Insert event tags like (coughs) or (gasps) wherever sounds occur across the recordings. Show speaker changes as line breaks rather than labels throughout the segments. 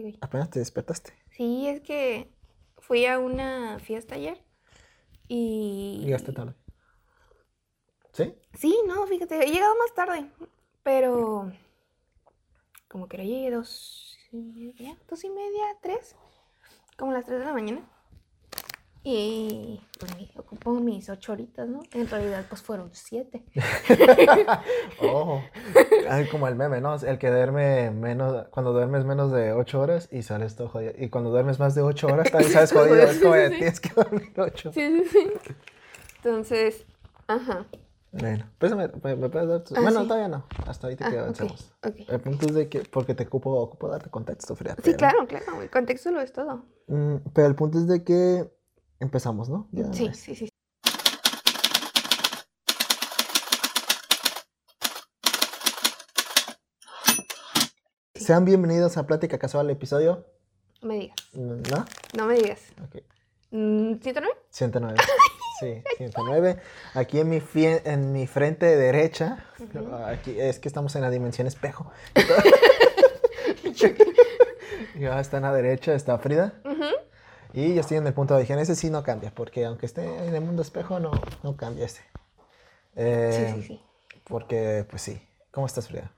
güey.
Apenas te despertaste.
Sí, es que fui a una fiesta ayer y...
Llegaste tarde. ¿Sí?
(laughs) Sí, no, fíjate, he llegado más tarde, pero como que no llegué dos y media, dos y media, tres, como las tres de la mañana. Y pues me ocupó mis ocho horitas, ¿no? En realidad pues fueron siete.
Oh, ay, como el meme, ¿no? El que duerme menos, cuando duermes menos de 8 horas y sales todo jodido. Y cuando duermes más de 8 horas también sales jodido. Es como de,
(laughs) Sí, sí, sí.
tienes que dormir 8.
Sí, sí, sí. Entonces, ajá.
Bueno, préstame, ¿me, me puedes dar tu-
Ah,
Bueno,
sí.
todavía no. Hasta ahorita
Ah,
que
ok,
avancemos.
ok.
El punto es de que, porque te ocupo, ocupo darte contexto, fría.
Sí,
pero-
claro, claro, el contexto lo es todo.
Mm, pero el punto es de que empezamos, ¿no? Ya,
Sí,
pues.
sí, sí. sí.
Sean bienvenidos a Plática Casual, episodio.
No me digas,
mm, ¿No?
no me digas.
Ok.
Mm, ¿Sí, Tonomi? (laughs)
109. Sí, 109. Aquí en mi, fie- en mi frente derecha,
Ujú.
aquí, es que estamos en la dimensión
(laughs)
espejo. ya está en la derecha, está Frida.
Ujú.
Y yo estoy en el punto de origen. Ese sí no cambia, porque aunque esté en el mundo espejo, no, no cambia ese. Eh,
sí, sí, sí.
Porque, pues sí. ¿Cómo estás, Frida?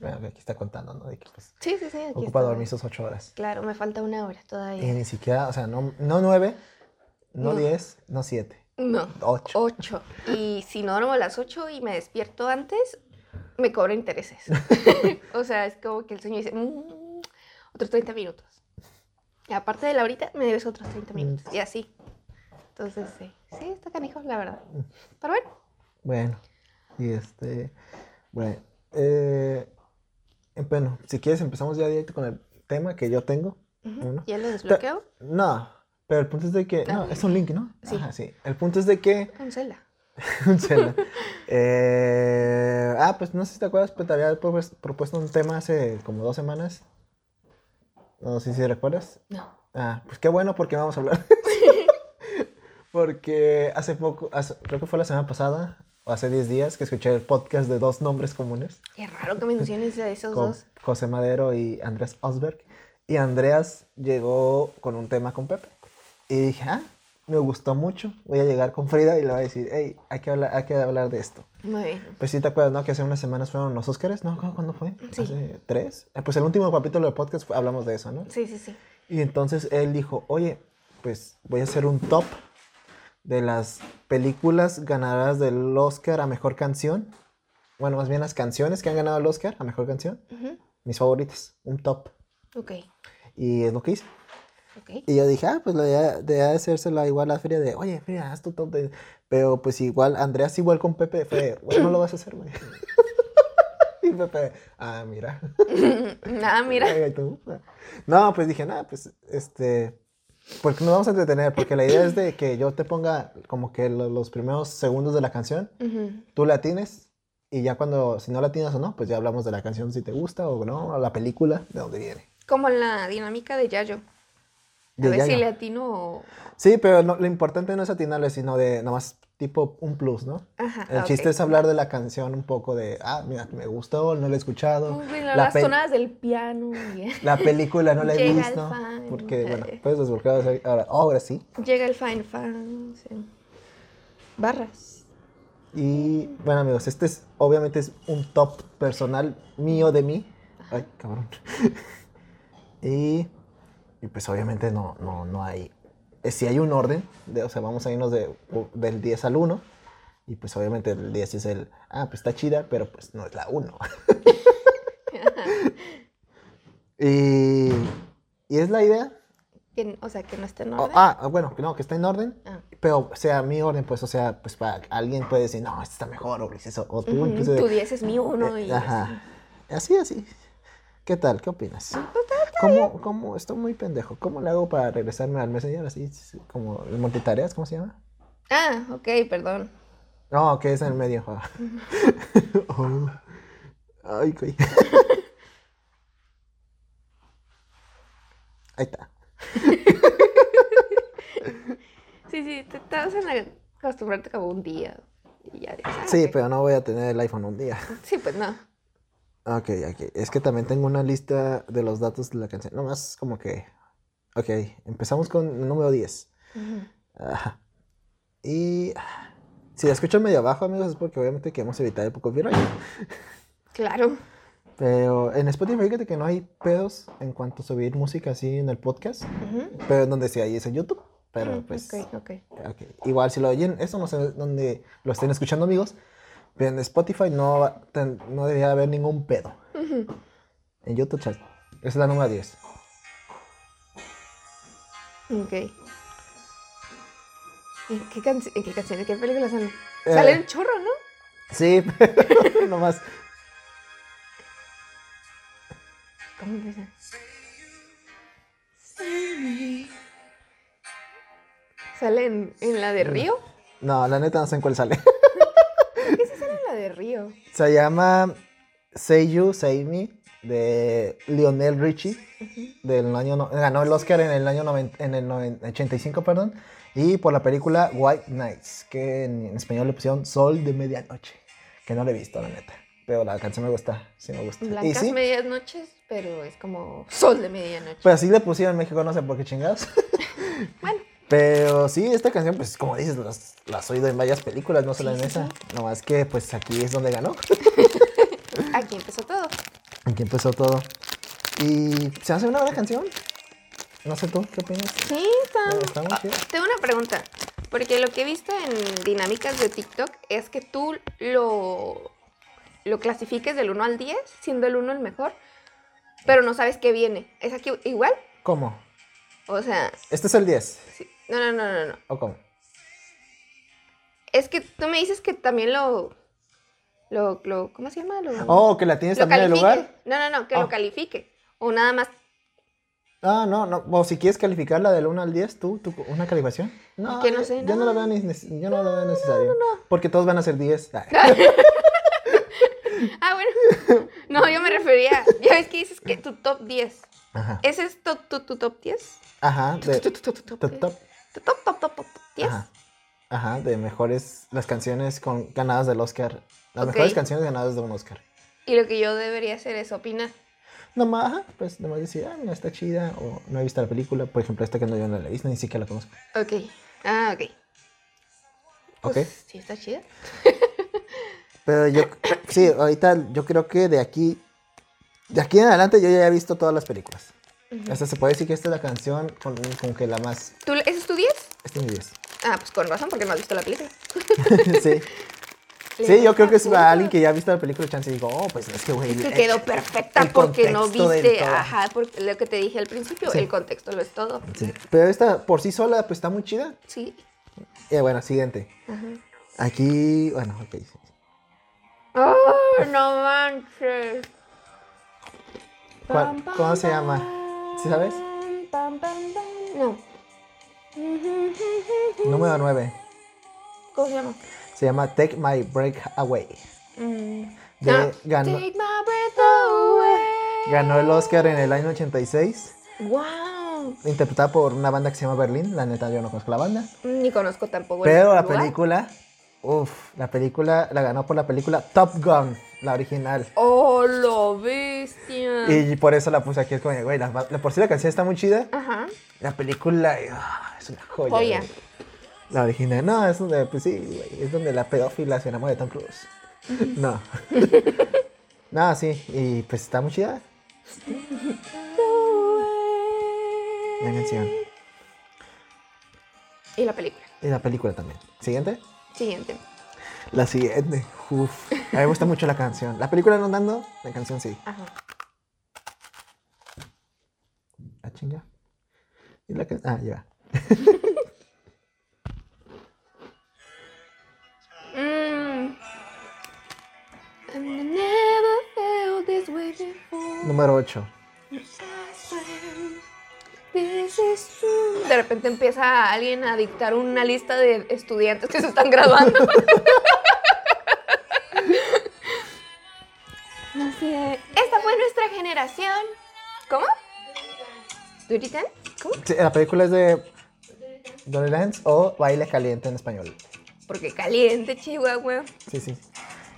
Bueno, aquí está contando, ¿no? De que, pues,
Sí, sí, sí. Aquí
ocupa
estoy.
dormir Eh, sus ocho horas.
Claro, me falta una hora
Y
todavía.
ni siquiera, o sea, no, no nueve, no
No.
diez, no siete,
No,
ocho.
ocho. Y si no duermo a las ocho y me despierto antes, me cobro intereses.
(laughs)
(laughs) o sea, es como que el sueño dice, "Mm, otros 30 minutos. Y aparte de la horita, me debes otros 30 minutos.
Mm.
Y así. Entonces, sí, sí, está canijo, la verdad.
Mm.
Pero bueno,
Bueno, y este, bueno, eh, eh, bueno, si quieres empezamos ya directo con el tema que yo tengo.
ujú,
Uno.
ya lo desbloqueo.
No, pero el punto es de que, no,
Ah.
es un link, ¿no?
Sí.
Ajá, sí. El punto es de que, (laughs)
Cancela.
Chela, eh, ah, pues no sé si te acuerdas, pero te había propues- propuesto un tema hace como dos semanas. No sé si recuerdas.
No.
Ah, pues qué bueno porque no vamos a
(laughs)
hablar. porque hace poco, hace- creo que fue la semana pasada o hace 10 días que escuché el podcast de dos nombres comunes,
Qué
(laughs)
raro que menciones a esos
con
dos.
José Madero y Andrés Osberg. Y Andreas llegó con un tema con Pepe. Y dije, ah, me gustó mucho. Voy a llegar con Frida y le voy a decir, hey, hay que hablar, hay que hablar de esto.
Muy bien.
Pues sí, te acuerdas, ¿no? Que hace unas semanas fueron los Óscares, ¿no? ¿Cu- ¿Cuándo fue?
Sí.
¿Hace tres? Eh, Pues el último capítulo del podcast fue- hablamos de eso, ¿no?
Sí, sí, sí.
Y entonces él dijo, oye, pues voy a hacer un top de las películas ganadas del Oscar a Mejor Canción. Bueno, más bien las canciones que han ganado el Oscar a Mejor Canción.
Ujú,
Mis favoritas, un top.
Ok,
Y es lo que hice. (laughs)
ok. (laughs)
Y yo dije, ah, pues la idea de hacérsela igual a Feria de, oye, Feria, haz tu top de... Pero pues igual, Andreas igual con Pepe fue, de, bueno, no lo vas a hacer, güey. (laughs) y Pepe, ah, mira.
Ah, mira.
Ay, tú. No, pues dije, nada, pues, este, porque nos vamos a entretener, porque la idea es de que yo te ponga como que lo- los primeros segundos de la canción,
Ujú,
tú la tienes, y ya cuando, si no la tienes o no, pues ya hablamos de la canción, si te gusta o no, o la película, de dónde viene.
Como la dinámica de Yayo. A
De
ver si
Yayo.
le atino o...
Sí, pero no- lo importante no es atinarle, sino de nomás tipo un plus, ¿no?
Ajá,
El
ah,
chiste
ok.
es hablar de la canción un poco de, ah, mira, me gustó, no la he escuchado,
Muy bien, la
la
las
pe-
tonadas del piano. y-
la película no la he
Llega el
visto,
fan,
porque, bueno,
eh.
puedes desbloquear ahora, ahora sí.
(laughs) Llega el fan fan. sí. Barras. (laughs)
Y bueno amigos, este es obviamente es un top personal mío de mí. Ay, cabrón. (laughs) y, y, pues obviamente no, no, no hay. Si hay un orden, de- o sea, vamos a irnos de, del 10 al 1. Y pues obviamente el 10 es el, ah, pues está chida, pero pues no es la 1. (laughs) y, y es la idea.
Que- o sea, que no está en
Oh,
orden.
ah, bueno, que no, que está en orden.
Ah.
Pero, o sea, mi orden, pues, o sea, pues para alguien puede decir, no, esta está mejor, o eso, o tú,
Ujú,
pues, eh,
Tu 10 es mi uno
eh,
y
Ajá. Así, así. ¿Qué tal? ¿Qué opinas?
Pues,
¿Cómo, cómo, estoy muy pendejo. ¿Cómo le hago para regresarme al Messenger así, s- como el multitareas, cómo se llama?
Ah, ok, perdón.
No, que es en el medio. ah. (laughs) Oh. Ay, güey. Ahí está.
Sí, sí, te estás en acostumbrarte como un día. Y ya dices, ah,
Sí,
ok.
pero no voy a tener el iPhone un día.
Sí, pues no.
Ok, ok. Es que también tengo una lista de los datos de la canción. Nomás como que. Ok, empezamos con el número 10. Ajá. Y. ah, Si la escuchan medio abajo, amigos, es porque obviamente queremos evitar el copyright.
Claro.
Pero en Spotify, fíjate que no hay pedos en cuanto a subir música así en el podcast.
Ujú.
Pero en donde sí hay es en YouTube. Pero
Mm,
pues.
Ok, ok.
Ok, Igual si lo oyen, eso no sé dónde lo estén escuchando amigos, pero en Spotify no, va- ten- no debería haber ningún pedo.
Ujú.
En YouTube chat, es la número 10.
Ok. ¿En qué, canci- en qué canciones, qué películas salen?
Eh.
Sale un chorro, ¿no?
Sí, (laughs) pero nomás.
¿Cómo empieza? ¿Sale en, en la de Río?
No, la neta no sé en cuál sale.
¿Por qué sí sale en la de Río?
Se llama Say You, Say Me, de Lionel Richie, del año no- ganó el Oscar en el año noven- en el noven- 85, perdón, y por la película White Nights, que en, en español le pusieron Sol de Medianoche, que no la he visto, la neta. Pero la canción me gusta, sí me gusta. y
Blancas
sí,
medias noches, pero es como sol de medianoche.
pues así le pusieron en México, no sé por qué chingados.
(laughs) Bueno,
Pero sí, esta canción, pues como dices, las, las he oído en varias películas, no solo
Sí,
en
sí,
esa. Nomás que pues aquí es donde ganó.
aquí empezó todo.
Aquí empezó todo. Y se hace una buena canción. No sé tú, ¿qué opinas?
Sí, está.
Eh, está muy
Ah,
chida.
tengo una pregunta. Porque lo que he visto en dinámicas de TikTok es que tú lo, lo clasifiques del 1 al 10, siendo el 1 el mejor, pero no sabes qué viene. ¿Es aquí igual?
¿Cómo?
O sea,
Este es el 10.
sí. no, no, no, no, no.
¿O cómo?
Es que tú me dices que también lo. lo, lo ¿Cómo se llama? Lo,
Oh, que la tienes
lo
también en el lugar.
No, no, no, que
Ah.
lo califique. O nada más.
Ah, no, no. O si quieres calificarla del 1 al 10, tú, tú una calificación. No,
Que no
yo-
sé,
Yo no,
no.
la veo, ni, nece- yo no la veo necesario. Porque todos van a ser 10. Ah,
Ah, bueno. No, yo me refería. Ya ves que dices que tu top 10.
Ajá.
¿Ese es tu, tu, tu top 10?
Ajá.
Tu,
De,
tu, tu, tu, tu, top
de
10.
top.
Tu top, top, top, top, top 10.
Ajá. Ajá, de mejores. Las canciones con, ganadas del Oscar. Las
Ok.
mejores canciones ganadas de un Oscar.
Y lo que yo debería hacer es opinar.
Nomás, ajá, pues nomás decir, ah, mira, está chida, o no he visto la película, por ejemplo, esta que no yo no la he visto, ni siquiera la conozco.
Ok. Ah, ok.
Ok.
Pues, sí, está chida.
Pero yo, (coughs) sí, ahorita yo creo que de aquí, de aquí en adelante yo ya he visto todas las películas.
Ujú.
Hasta se puede decir que esta es la canción con, con que la más,
¿Tú, ¿Ese es tu 10?
este es mi (laughs) 10.
Ah, pues con razón, porque no has visto la película.
sí. Sí, yo creo que es para alguien que ya ha visto la película, chance, digo, oh, pues es que, güey.
Que
eh,
quedó perfecta
el
porque no
contexto del
viste.
todo.
Ajá, porque lo que te dije al principio,
Sí.
el contexto lo es todo.
sí. Pero esta por sí sola, pues está muy chida.
Sí.
Y bueno, siguiente.
Ajá.
Aquí, bueno, ok.
¡Oh, no manches!
¿Cuál-
Pam, pam,
cómo se llama?
pam,
¿Sí sabes?
pam, pam, pam. No.
Número 9.
¿Cómo se llama?
Se llama Take My Break Away.
Mm.
De-
Ah,
ganó-
Take my breath away.
Ganó el Oscar en el año 86,
¡Wow!
interpretada por una banda que se llama Berlín. La neta, yo no conozco la banda.
Mm, Ni conozco tampoco. el
Pero la
lugar.
película, uff, la película la ganó por la película Top Gun, la original.
¡Oh, lo bestia!
Y por eso la puse aquí, es como, güey, la, la- por si la canción está muy chida,
Ajá.
la película ah, es una joya.
Joya.
güey. La original, no, es donde, pues sí, güey, es donde la pedófila se enamora de Tom
(laughs)
Cruise. No. (laughs) no, sí, y pues está muy chida la canción.
Y la película.
Y la película también. Siguiente.
Siguiente.
La siguiente. Uf. A mí me gusta mucho la canción. La película no dando, la canción sí.
Ajá.
La Ah, chinga. Y la can- Ah, ya.
Mm. And I never felt this way before.
Número 8.
I swear this is true. De repente empieza alguien a dictar una lista de estudiantes que se están (laughs) grabando. Esta fue nuestra generación. ¿Cómo? ¿Duritan? ¿Cómo?
la película es de Lance o Baile Caliente en español.
Porque caliente, Chihuahua.
Sí, sí.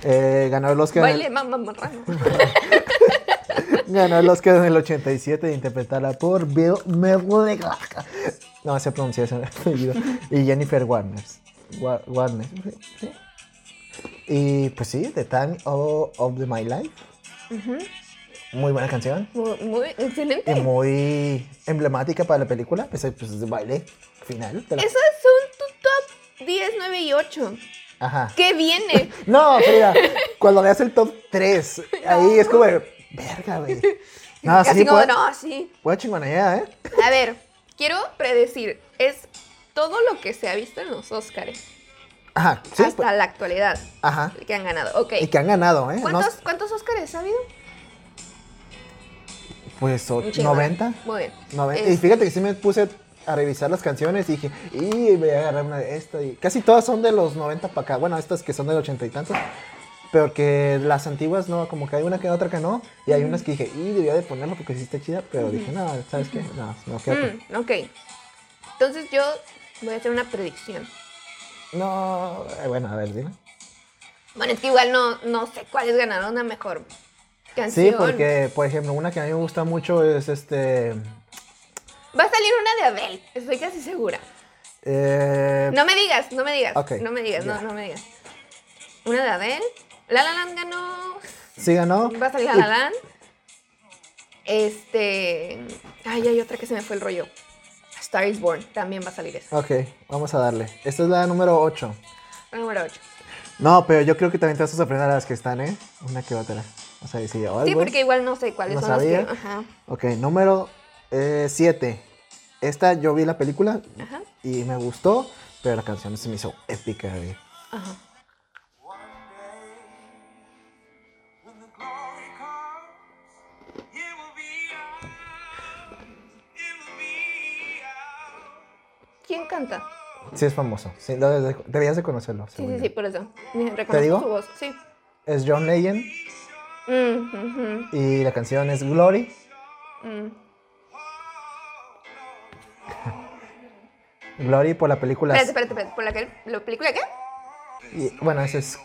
Eh, ganó el Oscar. en el-
Baile mamá marrano.
Ganó el Oscar en el 87 de interpretada por Bill Melnick. No sé pronunciar ese apellido. Y Jennifer Warner. Wa- Warner. ¿sí? Y pues sí, The Time of, of the My Life.
Ujú.
Muy buena canción.
Muy, muy excelente.
Y muy emblemática para la película. Pues, pues es el baile final. de la-
Esas son tu top 10, 9 y 8.
Ajá.
¿Qué viene?
No, Frida, cuando veas el top 3, ahí es como, de, verga,
(laughs)
güey. No,
Así
Ah, sí,
como,
puede,
no, sí.
puede chingonería, ¿eh?
A ver, quiero predecir. Es todo lo que se ha visto en los Oscars.
Ajá, sí,
hasta
pues,
la actualidad.
ajá.
Que han ganado. Ok.
Y que han ganado, ¿eh? No,
¿Cuántos, ¿Cuántos Oscars ha habido?
pues
Un
och-
chingo,
90.
¿verdad? Muy bien.
90. Y
Es-
fíjate que sí me puse a revisar las canciones y dije, y voy a agarrar una de esta. Y casi todas son de los 90 para acá. Bueno, estas que son del 80 y tantos. Pero que las antiguas no, como que hay una que otra que no. Y hay unas que dije, y debía de ponerla porque sí está chida. Pero dije, no, ¿sabes qué? No, no queda. con-
Mm, ok. Entonces yo voy a hacer una predicción.
No, eh, bueno, a ver, dime.
Bueno, es que igual no, no sé cuáles ganaron una mejor canción.
Sí, porque, por ejemplo, una que a mí me gusta mucho es este.
Va a salir una de Abel, estoy casi segura.
eh,
No me digas, no me digas.
Ok,
No me digas,
ya.
no, no me digas. Una de Abel. La La Land ganó.
Sí ganó.
Va a salir La La Land. Este. Ay, hay otra que se me fue el rollo. A Star is Born. También va a salir esa.
Ok, vamos a darle. Esta es la número 8. Ah.
La número 8.
No, pero yo creo que también te vas a sorprender a las que están, ¿eh? Una que otra. O sea, sí,
Sí, porque igual no sé cuáles
No
son
sabía.
las que. Ajá.
Ok, número 7. Esta yo vi la película
Ajá.
y me gustó, pero la canción se me hizo épica, güey.
Ajá. ¿Quién canta?
Sí, es famoso. Sí, lo debes de- debías de conocerlo.
Sí,
según
sí,
yo.
sí, por eso. Me Reconozco
digo?
su voz, sí.
Es John Legend
Mm, ujú,
y la canción es Glory.
mm.
Glory por la película.
Espérate, espérate, espérate. ¿Por la, que, la película qué?
Y, bueno, ese es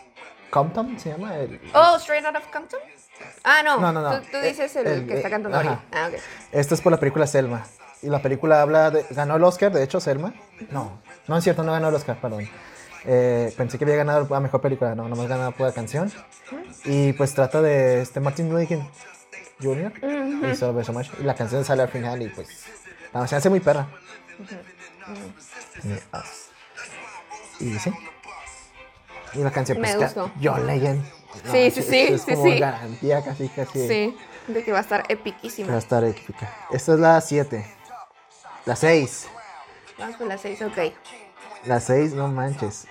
Compton, se llama. El,
Oh, Straight Out of Compton. Ah, no.
No, no, no.
Tú, tú dices el,
Eh, el-
que está cantando
ajá.
ahorita. Ah, ok.
Esto es por la película Selma. Y la película habla de. Ganó el Oscar, de hecho, Selma. No, no es cierto, no ganó el Oscar, perdón. Eh, pensé que había ganado la mejor película, no, nomás ganaba por la canción. Y pues trata de este Martin Luther King Jr. Y sobre su macho. Y la canción sale al final y pues. La canción hace muy perra. Y sí. Y la canción,
Me
pues,
gustó.
ca- John Legend.
Sí,
es-
sí,
es-
sí,
Es
sí,
como
sí.
garantía casi, casi.
Sí, de que va a estar
Va a
epiquísima.
estar épica. Esta es la 7. La 6.
Vamos por las seis, ok.
La 6, no manches.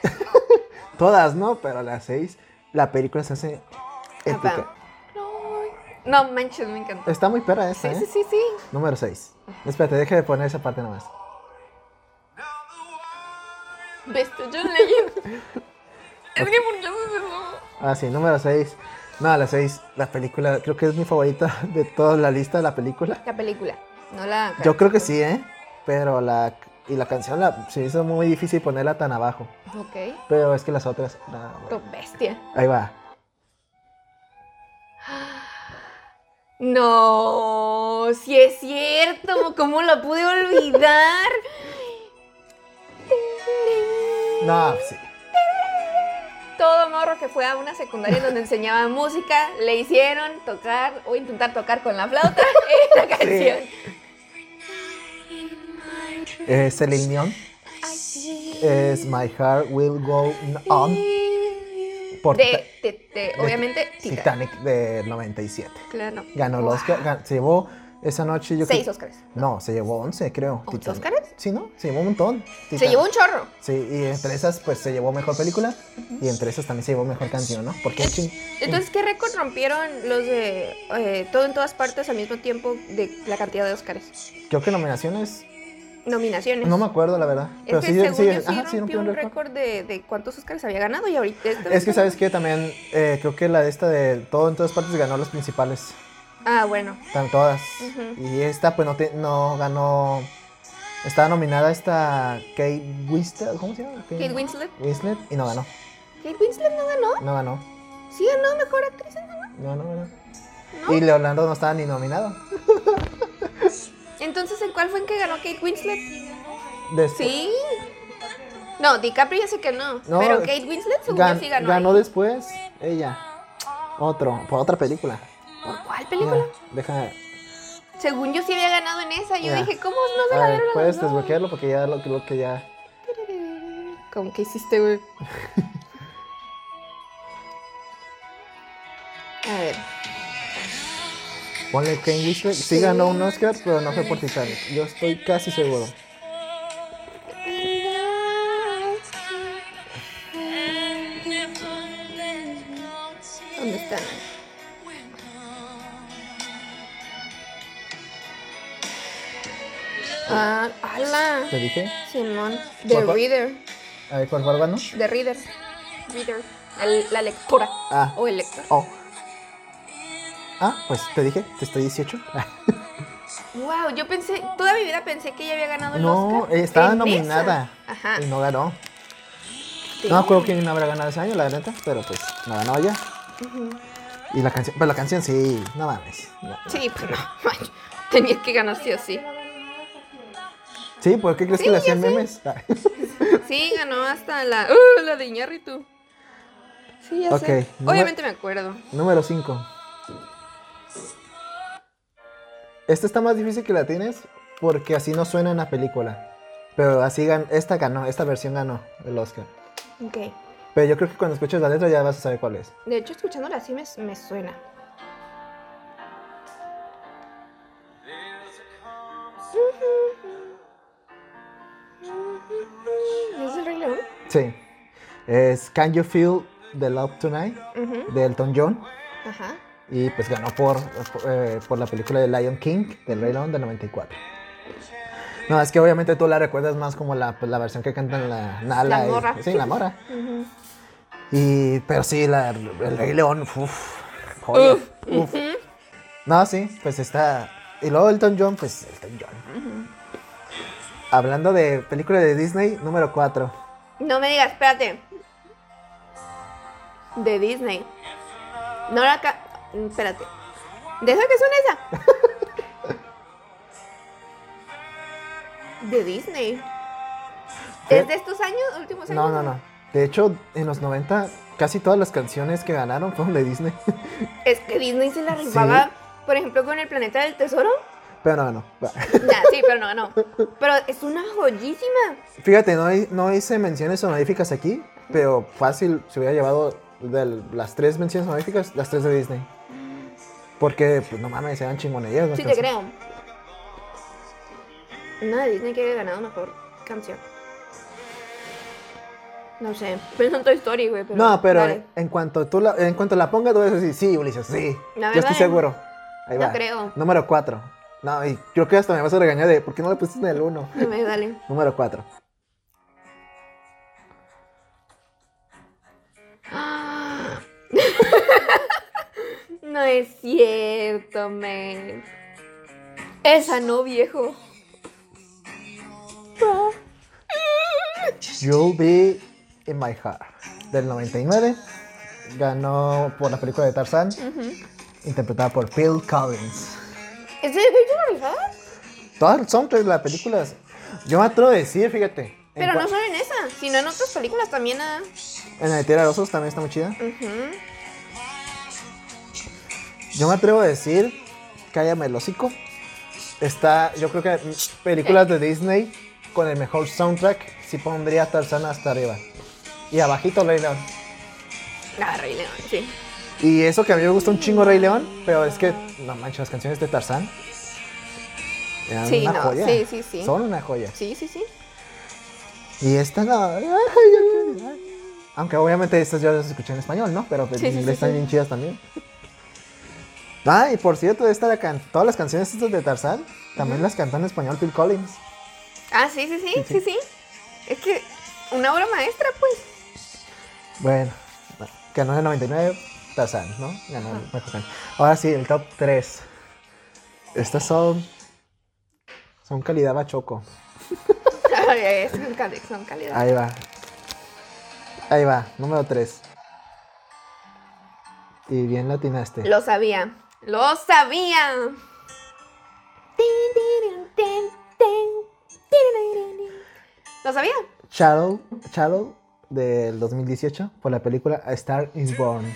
(laughs) Todas, ¿no? Pero la 6, la película se hace épica.
Papá. No, no manches, me encantó.
Está muy perra
Sí,
esa,
sí,
¿eh?
sí, sí.
Número 6. Espérate, deja de poner esa parte nomás.
Besto John
(laughs)
Legend. es que muchas veces no.
Ah, sí, número 6. No, la 6, la película, creo que es mi favorita (laughs) de toda la lista de la película.
La película, no la.
Yo creo que sí, ¿eh? Pero la... Y la canción la, se hizo muy difícil ponerla tan abajo.
Ok.
Pero es que las otras... nada, güey.
Top bestia.
Ahí va.
No, si es cierto, ¿cómo la pude olvidar? (laughs)
No, sí.
Todo morro que fue a una secundaria donde enseñaban música, le hicieron tocar o intentar tocar con la flauta (laughs) esta canción.
Es Celine Dion. Es My Heart Will Go On. Por
De, de- de,
de-
obviamente,
Titanic
Titanic.
de 97.
Claro.
Ganó el
Wow.
Oscar. gan- se llevó esa noche. Yo creo-
Seis Oscars.
No, se llevó 11, creo.
¿Once
Titanic.
Óscares?
Sí, ¿no? Se llevó un montón.
Se
Titanic.
llevó un chorro.
Sí, y entre esas, pues se llevó mejor película. Y entre esas también se llevó mejor canción, ¿no? Porque es ching-
Entonces, ¿qué récord rompieron los de eh, todo en todas partes al mismo tiempo de la cantidad de Oscars?
creo que nominaciones.
Nominaciones.
No me acuerdo, la verdad.
Es que según yo sí
ajá,
rompió
rompió
un récord de, de cuántos Oscars había ganado y ahorita...
Es que sabes que también eh, creo que la de esta de todo en todas partes ganó los principales.
Ah, bueno.
Están todas.
Ujú.
Y esta, pues no, te- no ganó. Estaba nominada esta Kate Winslet. ¿Cómo se llama?
Kate Winslet.
Winslet. Y no ganó.
Kate Winslet no ganó.
No ganó.
Sí ganó Mejor Actriz.
No, no ganó.
¿No?
Y Leonardo no estaba ni nominado.
Entonces, ¿en cuál fue en que ganó Kate Winslet?
Después-
Sí. No, DiCaprio ya sé que no.
No,
pero Kate Winslet, según
Gan-
yo, sí ganó. ahí.
después ella. Otro, por otra película.
¿Por cuál
Mira,
película?
deja.
Según yo, sí había ganado en esa. Yo
Mira.
dije, ¿cómo no se
A
la
ver,
dieron?
puedes
No.
desbloquearlo porque ya lo, lo que ya.
¿Cómo que hiciste,
(laughs)
güey? A ver.
Ponle Kane Winslet. Sí ganó un Oscar, pero no fue por Titanic. Yo estoy casi seguro.
¿Dónde está? Ah, ala.
¿Te dije?
Simón. The
Papá.
Reader.
A ver, ¿cuál fue no?
The Reader. Reader. El- la lectora.
Ah.
O el lector.
Oh. Ah, pues te dije, te estoy 18.
Wow, yo pensé, toda mi vida pensé que ella había ganado el
no,
Oscar.
eh, estaba
en
nominada.
esa. Ajá.
Y no ganó. No me
No.
acuerdo quién habrá ganado ese año, la neta, pero pues no ganó ella. Y la canción, pero la canción sí, no mames. La-
Sí, pero (laughs) ay, tenía que ganar sí o sí.
Sí, ¿por qué crees que le hacían memes? (laughs)
Sí, ganó hasta la, ¡Uh, la de Iñárritu. Sí, ya
Ok,
sé.
número-
Obviamente me acuerdo.
Número 5. Esta está más difícil que la tienes porque así no suena en la película. Pero así gan esta ganó, esta versión ganó el Oscar.
Ok.
Pero yo creo que cuando escuches la letra ya vas a saber cuál es.
De hecho, escuchándola así me, me suena. ¿Es el Rey León?
Sí. Es Can You Feel the Love Tonight
Ujú,
de Elton John.
Ajá.
Y pues ganó por, eh, por la película de Lion King del Rey León del 94. No, es que obviamente tú la recuerdas más como la, pues, la versión que cantan la Nala.
La
y-
morra.
sí, la mora.
ujú.
Y, pero sí, la, el Rey León, uff, joya, uf. No, sí, pues está. Y luego Elton John, pues Elton John. Hablando de película de Disney, número 4.
No me digas, espérate. De Disney. No la ca... Espérate. ¿De esa que suena esa? De Disney. ¿Es de estos años? ¿Últimos años?
No, no, no. De hecho, en los 90, casi todas las canciones que ganaron fueron de Disney. (laughs)
Es que Disney se la rifaba, por ejemplo, con el planeta del tesoro.
Pero no, no.
Nah, sí, pero no, no. Pero es una joyísima.
Fíjate, no, hi- no hice menciones honoríficas aquí, pero fácil se hubiera llevado de las tres menciones honoríficas, las tres de Disney. Porque, pues no mames, eran chingonerías. las
Sí, te
canciones.
creo. Una de Disney que haya ganado mejor canción. No sé, pienso en Toy Story, güey. Pero
No, pero eh.
dale.
en, en cuanto tú la, en cuanto la pongas, tú vas a decir, sí, Ulises, sí.
La
yo estoy
verdad,
seguro. Ahí
no
va.
creo.
Número 4. No, y creo que hasta me vas a regañar de por qué no le pusiste en el 1.
No me dale.
(laughs) Número 4.
No es cierto, men. Esa no, viejo.
You'll be in my heart. Del 99. Ganó por la película de Tarzán, interpretada por Phil Collins.
¿Ese güey se la rifaba?
Todas son tres las películas. Yo me atrevo a decir, fíjate. en
Pero
cua-
no solo en esa, sino en otras películas también. ah.
En la de Tierra de Osos también está muy chida.
Ujú.
Yo me atrevo a decir, cállame el hocico. Está, yo creo que películas de Disney con el mejor soundtrack, sí pondría Tarzán hasta arriba. Y abajito Rey León.
Ah, Rey León, sí.
Y eso que a mí me gusta un chingo Rey León, pero es que, no manches, las canciones de Tarzán. eran
Sí,
una
no,
joya.
sí, sí, sí.
Son una joya.
Sí, sí, sí.
Y esta no. ay, yo quiero llorar. Aunque obviamente estas yo las escuché en español, ¿no? Pero pues,
Sí,
en
sí,
inglés
sí,
están
sí.
bien chidas también. Ah, y por cierto, esta la can- todas las canciones estas de Tarzán también las cantó en español Phil Collins.
Ah, sí, sí, sí, sí, sí. Es que una obra maestra, pues.
Bueno, ganó en el 99 Tarzán, ¿no? Ganó el mejor can- Ahora sí, el top 3. Estas son. Son calidad bachoco.
(laughs) es un cal- son calidad.
Ahí va. Ahí va, número 3. Y bien latinaste.
Lo sabía. Lo sabía. Lo sabía.
Shadow, Shadow del 2018 por la película A Star is Born.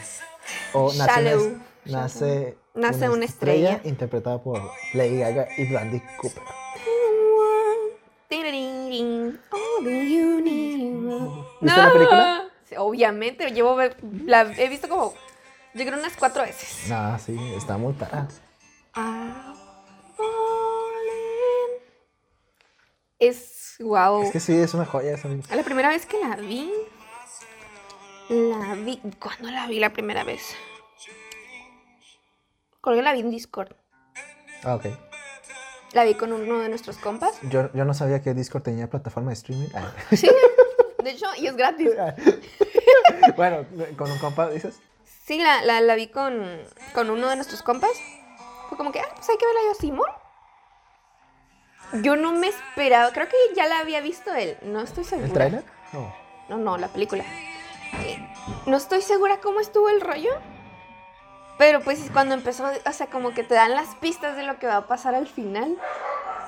O nace, una-
Shallow.
nace,
Nace una estrella.
interpretada por Lady Gaga y Brandy Cooper.
All the universe.
¿Viste la película?
Sí, Obviamente, llevo ve- la he visto como yo creo unas cuatro veces.
No, sí, está muy parada.
Ah, falling. Es wow.
Es que sí, es una joya esa
A la primera vez que la vi, la vi. ¿Cuándo la vi la primera vez? Creo que la vi en Discord.
Ah, ok.
La vi con uno de nuestros compas.
Yo, yo no sabía que Discord tenía plataforma de streaming. Ah. (laughs)
Sí, de hecho, y es gratis.
bueno, con un compa dices.
Sí, la, la, la vi con, con uno de nuestros compas. Fue como que, ah, pues hay que verla yo, Simón. Yo no me esperaba, creo que ya la había visto él, no estoy segura.
¿El trailer? No.
No, no, la película. Eh, No estoy segura cómo estuvo el rollo, pero pues cuando empezó, o sea, como que te dan las pistas de lo que va a pasar al final.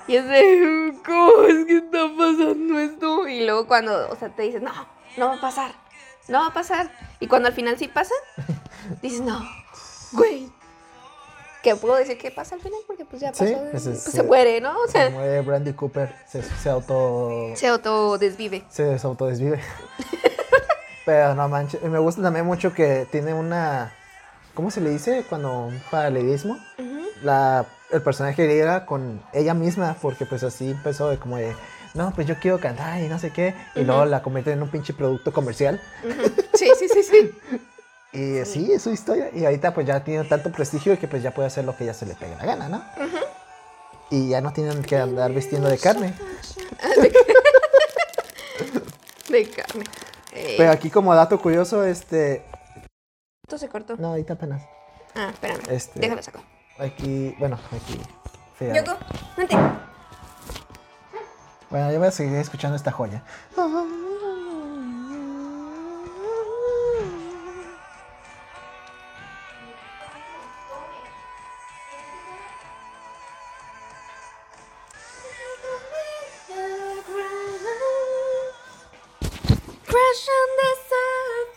Y es de, (laughs) ¿cómo es que está pasando esto? Y luego cuando, o sea, te dicen, no, no va a pasar, no va a pasar. Y cuando al final sí
(laughs)
pasa, dices, no, güey. Que puedo decir que pasa al final porque pues ya
Sí,
pasó.
pues es,
pues se
eh,
muere, ¿no? O
Se
sea,
muere Brandy Cooper, se, se auto.
se autodesvive.
Se autodesvive. Pero no manches. Me gusta también mucho que tiene una. ¿Cómo se le dice? Cuando un paralelismo.
Ujú.
la, el personaje llega con ella misma, porque pues así empezó de como de, no, pues yo quiero cantar y no sé qué, y
Ujú.
luego la convierte en un pinche producto comercial.
Ujú. Sí, sí, sí, sí.
Y sí, es su historia, y ahorita pues ya tiene tanto prestigio que pues ya puede hacer lo que ya se le pega la gana, ¿no?
Ujú.
Y ya no tienen que andar vistiendo de carne.
De Ah, carne. (laughs) Eh,
Pero aquí como dato curioso, este...
esto se cortó.
No, ahorita apenas.
Ah, espérame.
Este-
Déjalo saco.
Aquí, bueno, aquí... sí,
Yoko, vente.
Bueno, yo voy a seguir escuchando esta joya.
Crash on the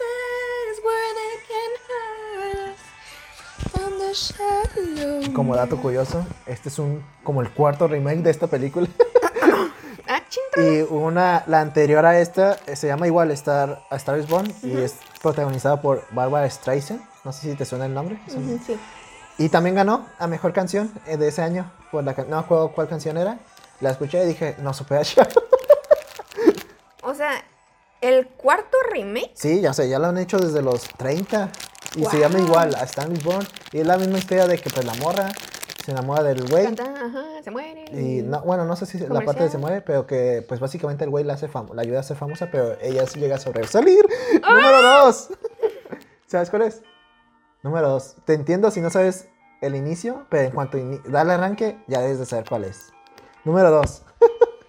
surface where they can hurt us from the shallow.
Como dato curioso, este es un como el cuarto remake de esta película. (laughs)
Ah, chintra.
Y una, la anterior a esta, eh, se llama igual Star, a Star is Born y es protagonizada por Barbara Streisand. No sé si te suena el nombre. Es un-
Sí.
Y también ganó a mejor canción eh, de ese año. Por la, can- no me acuerdo cuál canción era. La escuché y dije, no supera Shadow.
O sea, el cuarto remake.
Sí, ya sé, ya lo han hecho desde los 30. Y se
Wow.
llama igual a Star is Born. Y es la misma historia de que pues la morra se enamora del güey.
Canta, ajá, se muere.
Y no, bueno, no sé si la parte de se
Mm. Comercial.
muere, pero que pues básicamente el güey la hace famo- la ayuda a ser famosa, pero ella sí llega a sobresalir. (laughs) Número
¡Ah!
dos. (laughs) ¿Sabes cuál es? Número dos. Te entiendo si no sabes el inicio, pero en cuanto ini- da el arranque, ya debes de saber cuál es. Número dos. (laughs)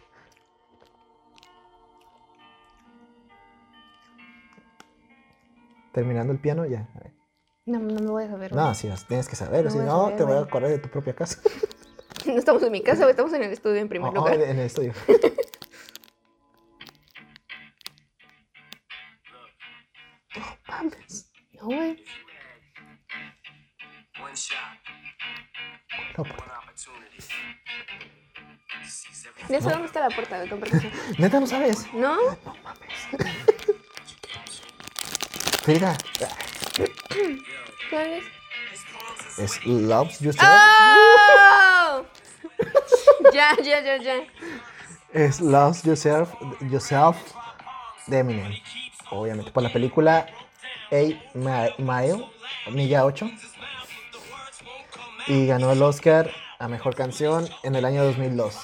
Terminando el piano, ya.
No, no me voy a saber.
No, sí, tienes que saber,
No
si
voy a
no,
saber,
te voy a
güey.
correr de tu propia casa.
(laughs) No estamos en mi casa, güey, estamos en el estudio
(laughs)
en primer
Oh,
lugar.
en el estudio.
(laughs) No, güey.
One shot,
No, por-
one opportunity. Seize every
Ya sé dónde está la puerta, güey, con permiso.
Neta, no sabes.
(laughs) ¿No?
Frida,
¿Cuál es?
es Loves You Still.
Ah. ¡Oh! (laughs) ya, ya, ya, ya.
Es Loves Yourself, Yourself de Eminem. Obviamente, por la película A Ma- Mile, Milla 8. Y ganó el Oscar a Mejor Canción en el año 2002.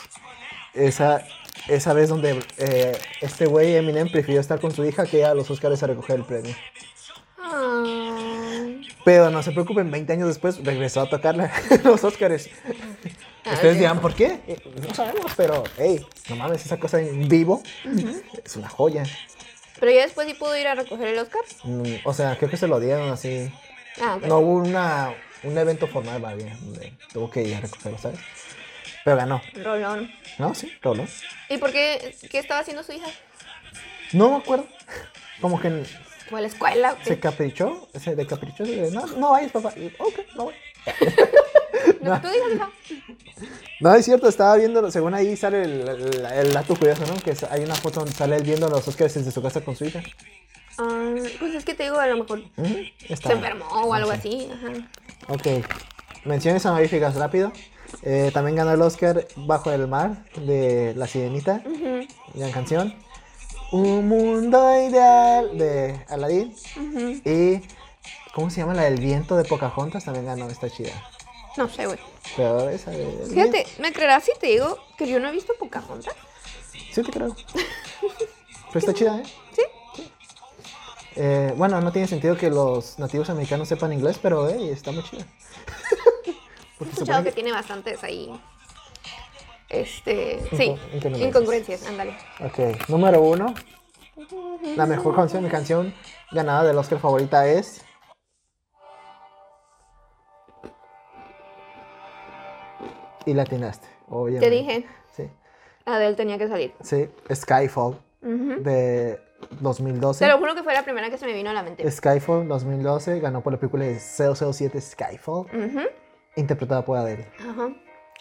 Esa, esa vez donde eh, este güey Eminem prefirió estar con su hija que ir a los Oscars a recoger el premio.
Ah.
Pero no se preocupen, 20 años después regresó a tocarla en (laughs) los Oscars. Ustedes
sí.
dirán, ¿por qué? Ah, Eh, No sabemos, pero, hey, no mames, esa cosa en vivo es una joya.
Pero ya después sí pudo ir a recoger el Oscar.
Mm, O sea, creo que se lo dieron así.
Ah, ok.
No hubo una, un evento formal, más bien, donde tuvo que ir a recogerlo, ¿sabes? Pero ganó,
Rolón.
¿no? Sí, roló.
¿Y por qué? ¿Qué estaba haciendo su hija?
No me acuerdo. Como que
¿Fue a la escuela? o qué?
se caprichó, se decaprichó, y de, no, no vayas, papá. Y, ok, no voy.
No, tú digas,
(laughs)
hija.
No, es cierto, estaba viendo, según ahí sale el, el- el dato curioso, ¿no? Que hay una foto donde sale él viendo los Oscars desde su casa con su hija.
Ah, pues es que te digo, a lo mejor
Ujú, está-
se enfermó o algo
Ah, no sé.
así. Ajá.
Ok, menciones honoríficas rápido. Eh, también ganó el Oscar Bajo el Mar de La Sirenita,
Ujú,
gran canción. Un mundo ideal de Aladdin.
ujú.
Y, ¿cómo se llama? La del viento de Pocahontas también ganó, está chida.
No sé, güey.
Pero esa de...
Fíjate, ¿me creerás si te digo que yo no he visto Pocahontas?
Sí, te creo. Pero está chida, ¿eh?
Sí.
Eh, bueno, no tiene sentido que los nativos americanos sepan inglés, pero eh, está muy
(laughs)
chido.
He
Porque
escuchado que
supone que-
tiene bastantes ahí. Este. Sí.
incongruencias.
Incongruencias, ándale.
Ok, número uno. La mejor canción, mi canción ganada del Oscar favorita es. Y la atinaste, obviamente.
Te dije,
Sí,
Adele tenía que salir.
sí, Skyfall
Ujú.
de 2012.
Te lo juro que fue la primera que se me vino a la mente.
Skyfall 2012 ganó por la película de 007 Skyfall,
Ujú,
interpretada por Adele.
ajá.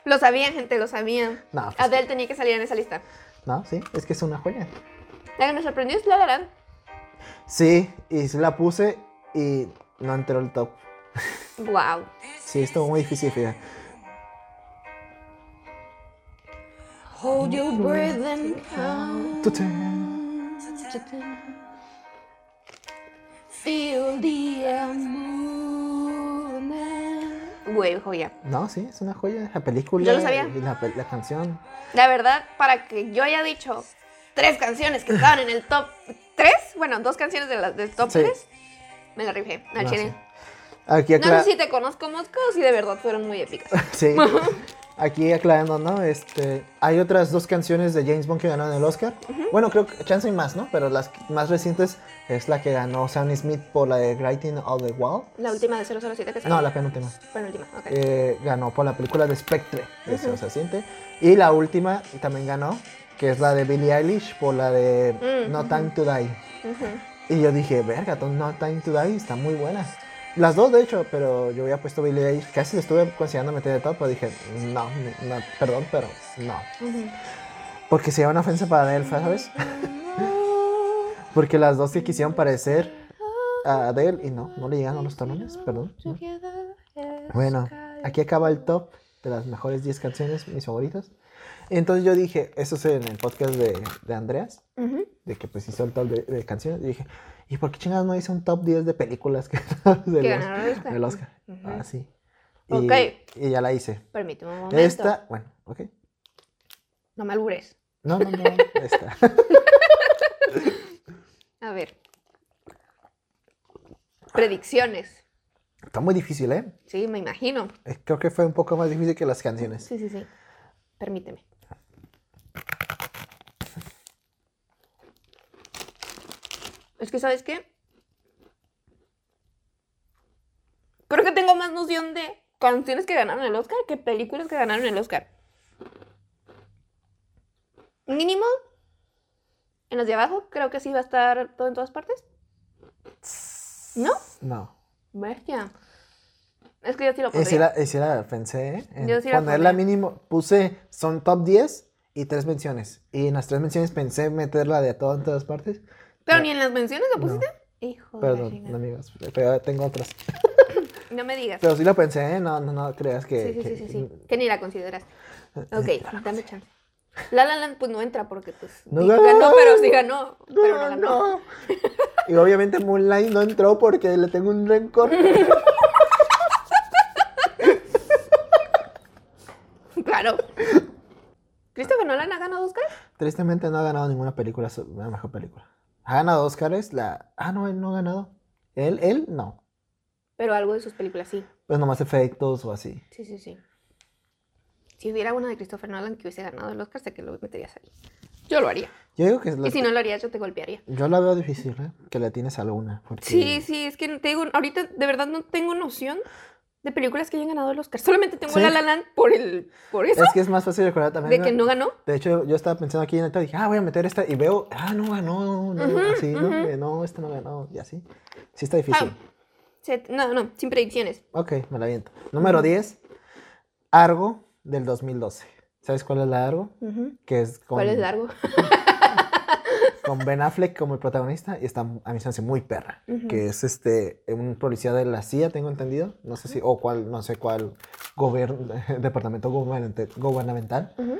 Lo sabía, gente, lo sabía.
No, pues,
Adele tenía que salir en esa lista.
no, sí, es que es una joya.
La que nos sorprendió es La La Land.
Sí, y sí la puse y no entró el top.
Wow.
Sí, estuvo muy difícil, fíjate.
Hold your breath and count
Tutén.
to ten. Feel the air movement. Güey, joya.
No, sí, es una joya. La película.
Yo lo sabía.
y La, pe- la canción.
La verdad, para que yo haya dicho tres canciones que estaban en el top tres, bueno, dos canciones de las del top
Sí.
tres, me la rifé
No,
al Ah, chile.
sí. Aquí
No
acla-
sé si te conozco, Mosco, o si de verdad fueron muy épicas.
(laughs) sí.
(laughs)
Aquí aclarando, ¿no? Este, hay otras dos canciones de James Bond que ganaron el Oscar. Bueno, creo que chance hay más, ¿no? Pero las más recientes es la que ganó Sam Smith por la de Writing on the Wall.
La última de 007 que es
No, la penúltima.
penúltima, ok.
eh, ganó por la película de Spectre, de 007. Y la última también ganó, que es la de Billie Eilish por la de
Mm,
No Time to Die.
Ujú.
Y yo dije, verga, to- No Time to Die está muy buena. Las dos, de hecho, pero yo había puesto Billie Eilish. Casi le estuve considerando meter de top, pero dije, no, no, perdón, pero no.
Ujú.
Porque sería una ofensa para Adele, ¿sabes? (laughs) Porque las dos se quisieron parecer a Adele y no, no le llegaron los talones, perdón. ¿no? Bueno, aquí acaba el top de las mejores 10 canciones, mis favoritas. Entonces yo dije, eso es en el podcast de, de Andreas,
Ujú.
de que pues hizo el top de, de canciones. Y dije, ¿y por qué chingados no hice un top 10 de películas que (laughs) del
Que
Os-
ganaron el Oscar.
del Oscar?
Ujú.
Ah, sí. Y,
Ok.
y ya la hice.
Permíteme un momento.
Esta, bueno, ok.
No me albures.
No, no, no, esta.
A ver. Predicciones.
(laughs) Está muy difícil, ¿eh?
Sí, me imagino.
Eh, Creo que fue un poco más difícil que las canciones.
Sí, sí, sí. Permíteme. Es que, ¿sabes qué? Creo que tengo más noción de canciones que ganaron el Oscar que películas que ganaron el Oscar. Mínimo, en las de abajo, creo que sí va a estar todo en todas partes. ¿No?
No.
Bestia. Es que yo sí lo
Y si
pondría.
la, y Eh, sí la pensé, ¿eh? en
Yo sí la
ponerla
pondría.
mínimo. Puse, son top 10 y tres menciones. Y en las tres menciones pensé meterla de todo en todas partes.
Pero ni en las menciones lo pusiste. Hijo de la
Perdón,
chingada.
amigos, pero tengo otras.
No me digas.
Pero sí la pensé, ¿eh? no, no, no creas que...
Sí, sí,
que-
sí, sí, sí. Que ni la consideras.
(laughs)
Ok,
no la
dame chance. La La Land pues no entra porque pues
No
di-
ganó.
ganó, pero sí ganó,
No,
pero no ganó.
no. Y obviamente Moonlight no entró porque le tengo un rencor. (laughs)
(laughs) Claro. Christopher Nolan ha ganado Oscar.
Tristemente no ha ganado ninguna película, so- la mejor película. Ha ganado Oscars, la... Ah, no, él no ha ganado. Él, él, no.
Pero algo de sus películas sí.
Pues nomás efectos o así.
Sí, sí, sí. Si hubiera una de Christopher Nolan que hubiese ganado el Oscar, sé que lo meterías ahí. Yo lo haría.
Yo digo que...
Y
los-
si no lo harías, yo te golpearía.
Yo la veo difícil, ¿eh? Que le tienes alguna. Porque...
Sí, sí, es que te digo, ahorita de verdad no tengo noción de películas que hayan ganado el Oscar. Solamente tengo
Sí.
La La Land por, el, por eso,
Es que es más fácil recordar también.
de
¿no?
que no ganó.
De hecho, yo estaba pensando aquí en el dije, ah, voy a meter esta y veo, ah, no ganó, no,
Ujú,
así, no,
ujú.
eh, no, esta no ganó, y así. Sí está difícil.
Ah, se- no, no, sin predicciones.
Ok, me la aviento. Número 10, Argo del 2012. ¿Sabes cuál es la Argo? Que es con,
¿Cuál es largo?
con Ben Affleck como el protagonista y está, a mí se me hace muy perra.
Ujú.
Que es este, un policía de la CIA, tengo entendido. No sé si, o cuál, no sé cuál gober- (laughs) departamento gubernamente- gubernamental.
Ujú.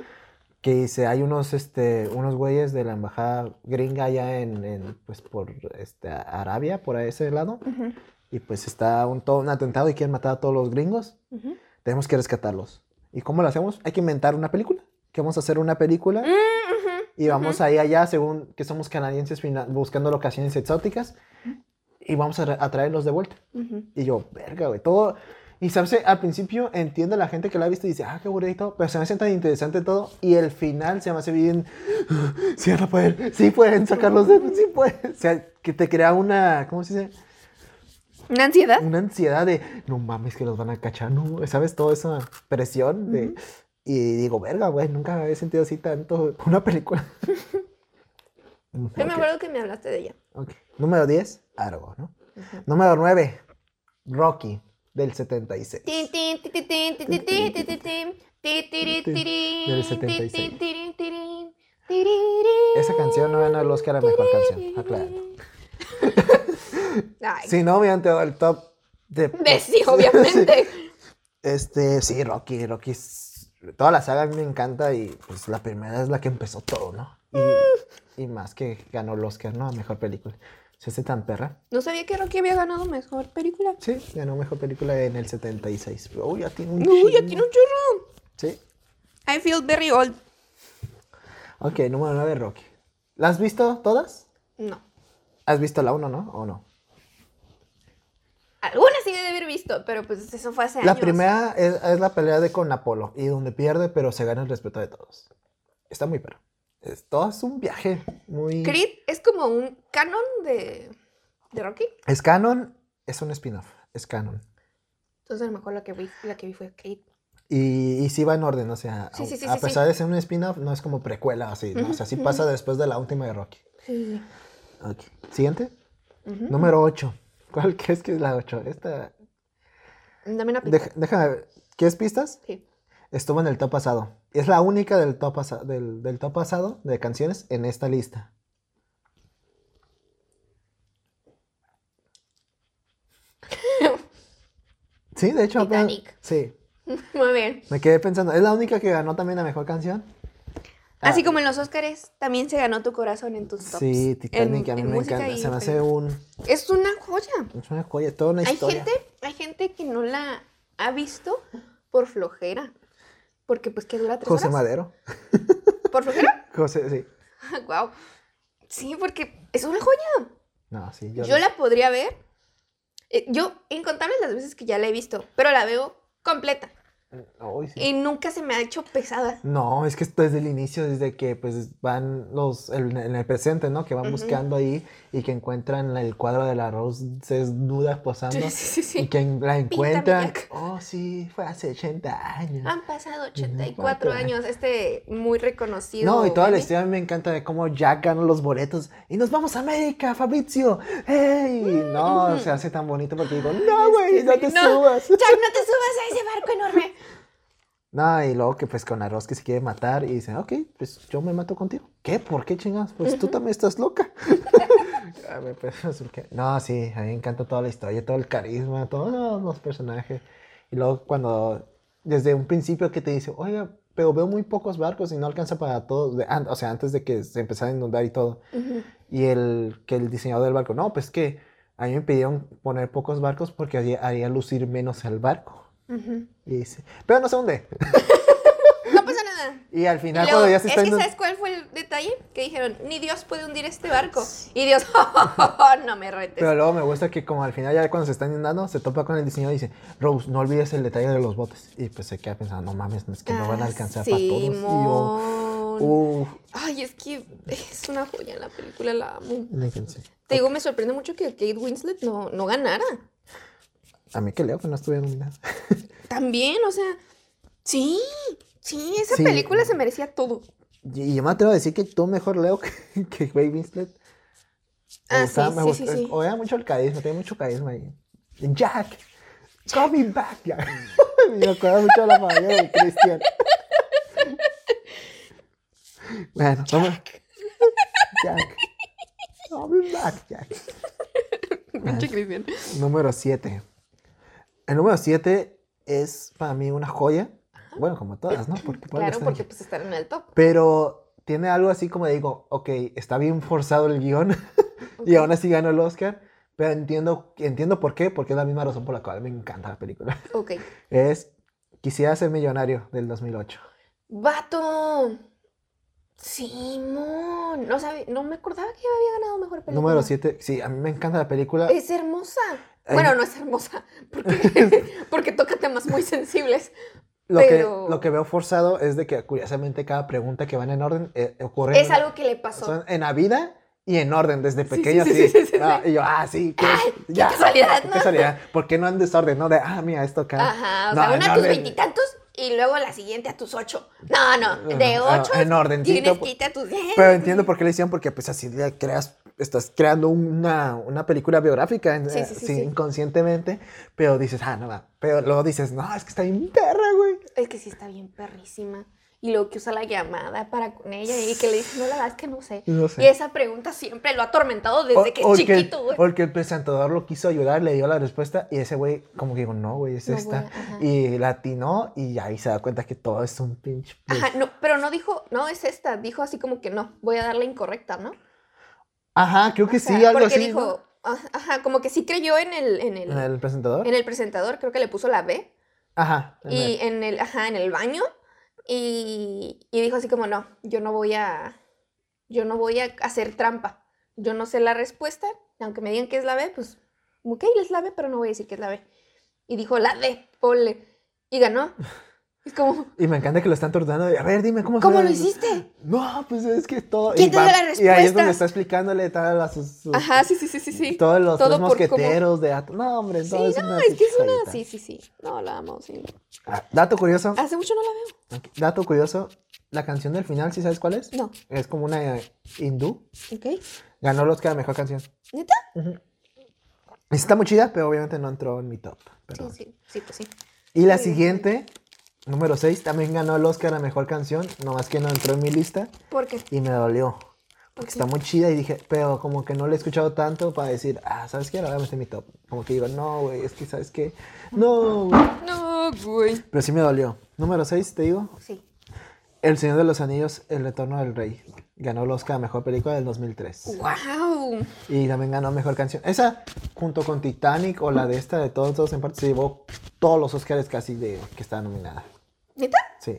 que dice, hay unos, este, unos güeyes de la embajada gringa allá en, en, pues, por, este, Arabia, por ese lado,
Ujú.
y pues está un, todo un atentado y quieren matar a todos los gringos,
Ujú.
tenemos que rescatarlos. ¿Y cómo lo hacemos? Hay que inventar una película, que vamos a hacer una película,
Mm, ujú.
y vamos ahí allá, según que somos canadienses fina- buscando locaciones exóticas,
Mm.
y vamos a, re- a traerlos de vuelta.
Ujú.
Y yo, verga, güey, todo... Y sabes, al principio entiendo a la gente que la ha visto y dice, ah, qué aburrido y todo, pero se me hace tan interesante todo. Y el final se me hace bien, (gasps) sí van a poder, sí pueden sacar los dedos, sí pueden. O sea, que te crea una, ¿cómo se dice?
¿Una ansiedad?
Una ansiedad de, no mames, que los van a cachar, no, ¿sabes? Toda esa presión de... Y digo, verga, güey, nunca había sentido así tanto por una película.
(laughs) Yo me
Ok,
acuerdo que me hablaste de ella.
ok. Número 10, Argo, ¿no? Número 9, Rocky, del 76.
Tin, tin, ti, ti, tin, ti, ti, ti, ti, ti, tin, ti, tiri,
Tin,
tirín,
del
ti,
76.
tin, tirín, tirín, tirirín,
Esa canción no ganó el Oscar a mejor canción, aclarando.
tirirín. (laughs) Ay,
Si no, hubieran dado el top de.
(laughs) de sí,
(laughs)
obviamente.
Este, sí, Rocky, Rocky. es- Toda la saga a mí me encanta y pues la primera es la que empezó todo, ¿no? Y, y más que ganó el Oscar, ¿no? A mejor película. Se hace tan perra.
No sabía que Rocky había ganado mejor película.
Sí, ganó mejor película en el 76. Uy, Oh, ya tiene un.
Uy, ya
chingo.
tiene un chorro.
Sí.
I feel very old.
Ok, número 9, Rocky. ¿La has visto todas?
No.
¿Has visto la 1, no? ¿O no?
Algunas sí de haber visto, pero pues eso fue hace años.
La primera es, es la pelea de con Apolo y donde pierde, pero se gana el respeto de todos. Está muy pero. Es, todo es un viaje muy.
Creed es como un canon de, de Rocky.
Es canon, es un spin-off, es canon.
Entonces a lo mejor la que vi, la que vi fue Creed.
Y, y sí va en orden, o sea,
Sí, sí, sí,
a
sí,
pesar de ser un spin-off, no es como precuela así, ¿no? O sea, sí pasa después de la última de Rocky.
Sí.
Ok. Siguiente,
Ujú.
número 8. ¿Cuál crees que es la 8? Esta.
Dame una pista.
Deja- déjame ver. ¿Quieres pistas?
Sí.
Estuvo en el top pasado. Es la única del top, pasa- del, del top pasado de canciones en esta
(laughs)
lista. Sí, de hecho. apenas-
Titanic.
sí,
Muy bien.
me quedé pensando. Es la única que ganó también la mejor canción. Ah,
Así como en los Óscares, también se ganó tu corazón en tus tops.
Sí, Titanic,
En-
a mí
en
me
música
encanta.
y
Se me hace
película.
un.
Es una joya.
Es una joya, toda una
Hay
historia.
gente, hay gente que no la ha visto por flojera. Porque pues que dura tres
José
horas.
Madero.
¿Por flojera? (laughs)
José, sí.
wow. Sí, porque es una joya.
No, sí, yo.
Yo, la podría ver. eh, Yo, incontables las veces que ya la he visto, pero la veo completa.
Ay, Mm, sí.
Y nunca se me ha hecho pesada.
No, es que esto desde el inicio, desde que pues van los, en, en el presente, ¿no? Que van
Ujú.
buscando ahí y que encuentran el cuadro de la Rose desnuda posando.
Sí, sí, sí, sí.
Y que la encuentran.
Pinta
Oh, sí, fue hace 80 años.
Han pasado 84
84
años. Este muy reconocido.
No, y toda la
meme.
historia me encanta de cómo Jack ganó los boletos y nos vamos a América, Fabrizio. ¡Hey!
Mm,
No, se hace tan bonito porque digo, no, güey,
Es que
no
sí,
te
no.
subas.
Jack, no te subas a ese barco enorme.
No, y luego que pues con la Rose que se quiere matar y dice, ok, pues yo me mato contigo. ¿Qué? ¿Por qué chingas? Pues tú también estás loca. (laughs) A ver, pues, ¿por qué? no, sí, a mí me encanta toda la historia, todo el carisma, todos los personajes. Y luego cuando, desde un principio que te dice, oiga, pero veo muy pocos barcos y no alcanza para todos, de- an- o sea, antes de que se empezara a inundar y todo. Y el que el diseñador del barco, no, pues que a mí me pidieron poner pocos barcos porque haría, haría lucir menos el barco. Y dice, pero no se hunde.
No pasa nada.
Y al final,
Y luego,
cuando ya se
es
está
que
inund-
¿sabes cuál fue el detalle? Que dijeron, ni Dios puede hundir este barco. Y Dios, (laughs) "Oh, no me retes.
Pero luego me gusta que, como al final, ya cuando se está inundando, se topa con el diseñador y dice: Rose, no olvides el detalle de los botes. Y pues se queda pensando: No mames, es que no van a alcanzar para todos. Y yo,
Ah,
uh.
Simón.
uff,
Ay, es que es una joya la película, la amo.
le alcancé.
Te digo, me sorprende mucho que Kate Winslet no, no ganara.
A mí que leo que no estuve (laughs) nominada.
También, o sea, sí, sí, esa
Sí.
película se merecía todo. (laughs)
Y y yo me atrevo a decir que tú mejor leo (laughs) que, que Ray Winslet. Me
Ah,
gustaba-
sí,
me
sí,
gustaba-
sí, sí.
o era mucho el carisma, tenía mucho carisma ahí. Jack, coming back,
(laughs)
Jack. me acuerdo mucho de la familia de Christian. bueno, vamos. (laughs) Jack. Coming back, Jack. Ah,
Pinche Cristian.
Número 7. El número 7 es para mí una joya. Bueno, como todas, ¿no? Porque pueden
Claro,
estar
porque
aquí.
pues estar en el top.
Pero tiene algo así como digo, ok, está bien forzado el guión (laughs) y aún así ganó el Oscar. Pero entiendo, entiendo por qué, porque es la misma razón por la cual me encanta la película. (laughs)
Ok.
Es Quisiera ser millonario del 2008.
¡Vato! Simón. No, sabe, no me acordaba que había ganado mejor película.
Número 7, sí, a mí me encanta la película.
Es hermosa.
Ay.
Bueno, no es hermosa, porque, (laughs) porque toca temas muy sensibles.
Lo, que,
pero-
lo que veo forzado es de que curiosamente cada pregunta que van en orden eh, ocurre
Es
en,
algo que le pasó.
son en la vida y en orden desde
Sí, sí,
pequeño.
sí,
así.
sí, sí, sí,
Ah,
sí.
Y yo, ah, sí, qué,
Ay, qué casualidad,
qué
¿no?
casualidad. ¿Por qué no en desorden? No, de, ah, mira, esto acá.
Ajá, o
No,
sea, una
en
a tus
orden.
veintitantos y, luego la siguiente a tus ocho. No, no, de
Ah,
ocho
en ordencito,
tienes
pues.
que irte a tus diez.
Pero entiendo por qué le hicieron, porque pues así le creas, estás creando una, una película biográfica en-
Sí, sí, sí,
así,
sí.
inconscientemente, pero dices, ah, no va. Pero luego dices, no, es que está bien perra, güey.
Es que sí está bien perrísima. Y luego que usa la llamada para con ella y que le dice, no, la verdad es que no sé.
No sé.
Y esa pregunta siempre lo ha atormentado desde que es chiquito, güey.
Porque el presentador lo quiso ayudar, le dio la respuesta y ese güey como que dijo, no, güey, es
No,
esta.
güey, ajá.
y la atinó y ahí se da cuenta que todo es un pinche...
Ajá, no, pero no dijo, no es esta, dijo así como que no, voy a dar la incorrecta, ¿no?
Ajá, creo que
O sea,
sí, algo
porque
así.
dijo,
¿no?
ah, ajá, como que sí creyó en el, en el,
¿En el presentador?
en el presentador, creo que le puso la B,
Ajá. en
y
el-
en el, ajá, en el baño, y, y dijo así como, no, yo no voy a, yo no voy a hacer trampa, yo no sé la respuesta, aunque me digan que es la B, pues, ok, es la B, pero no voy a decir que es la B. Y dijo, la D, ponle,
(laughs)
y ganó. Es como,
Y me encanta que lo están torturando. de, A ver, dime cómo...
¿cómo
fue
lo
el-
hiciste?
No, pues es que todo...
¿Quién
y
te dio la
Y ahí es donde
respuesta?
está explicándole tal a sus... sus-
Ajá, sí, sí, sí, sí, sí.
Todos los
Todo
tres
por cómo-
mosqueteros de... At- No, hombre,
Sí,
todo es
no,
una
es que es una.
joyita.
Sí, sí, sí. No, la amo, sí.
Ah, Dato curioso,
Hace mucho no la veo.
dato curioso. La canción del final, ¿sí sabes cuál es?
No,
Es como una eh, hindú.
ok.
Ganó el Oscar a Mejor Canción.
¿Neta?
Ujú. Está muy chida, pero obviamente no entró en mi top.
Sí,
pero-
sí, sí, pues sí.
Y la
Sí.
siguiente, número 6, también ganó el Oscar a Mejor Canción, nomás que no entró en mi lista
¿Por qué?
y me dolió. Porque está muy chida y dije, pero como que no la he escuchado tanto para decir, ah, ¿sabes qué? La voy a meter en mi top. Como que digo, no, güey, es que, ¿sabes qué? No, güey.
No, güey.
Pero sí me dolió. Número 6, te digo,
Sí.
El Señor de los Anillos, El Retorno del Rey. Ganó el Oscar a Mejor Película del 2003.
¡Wow!
Y también ganó Mejor Canción. Esa, junto con Titanic o la de esta, de todos, todos en parte, se llevó todos los Oscars casi de que estaba nominada.
¿Neta?
Sí.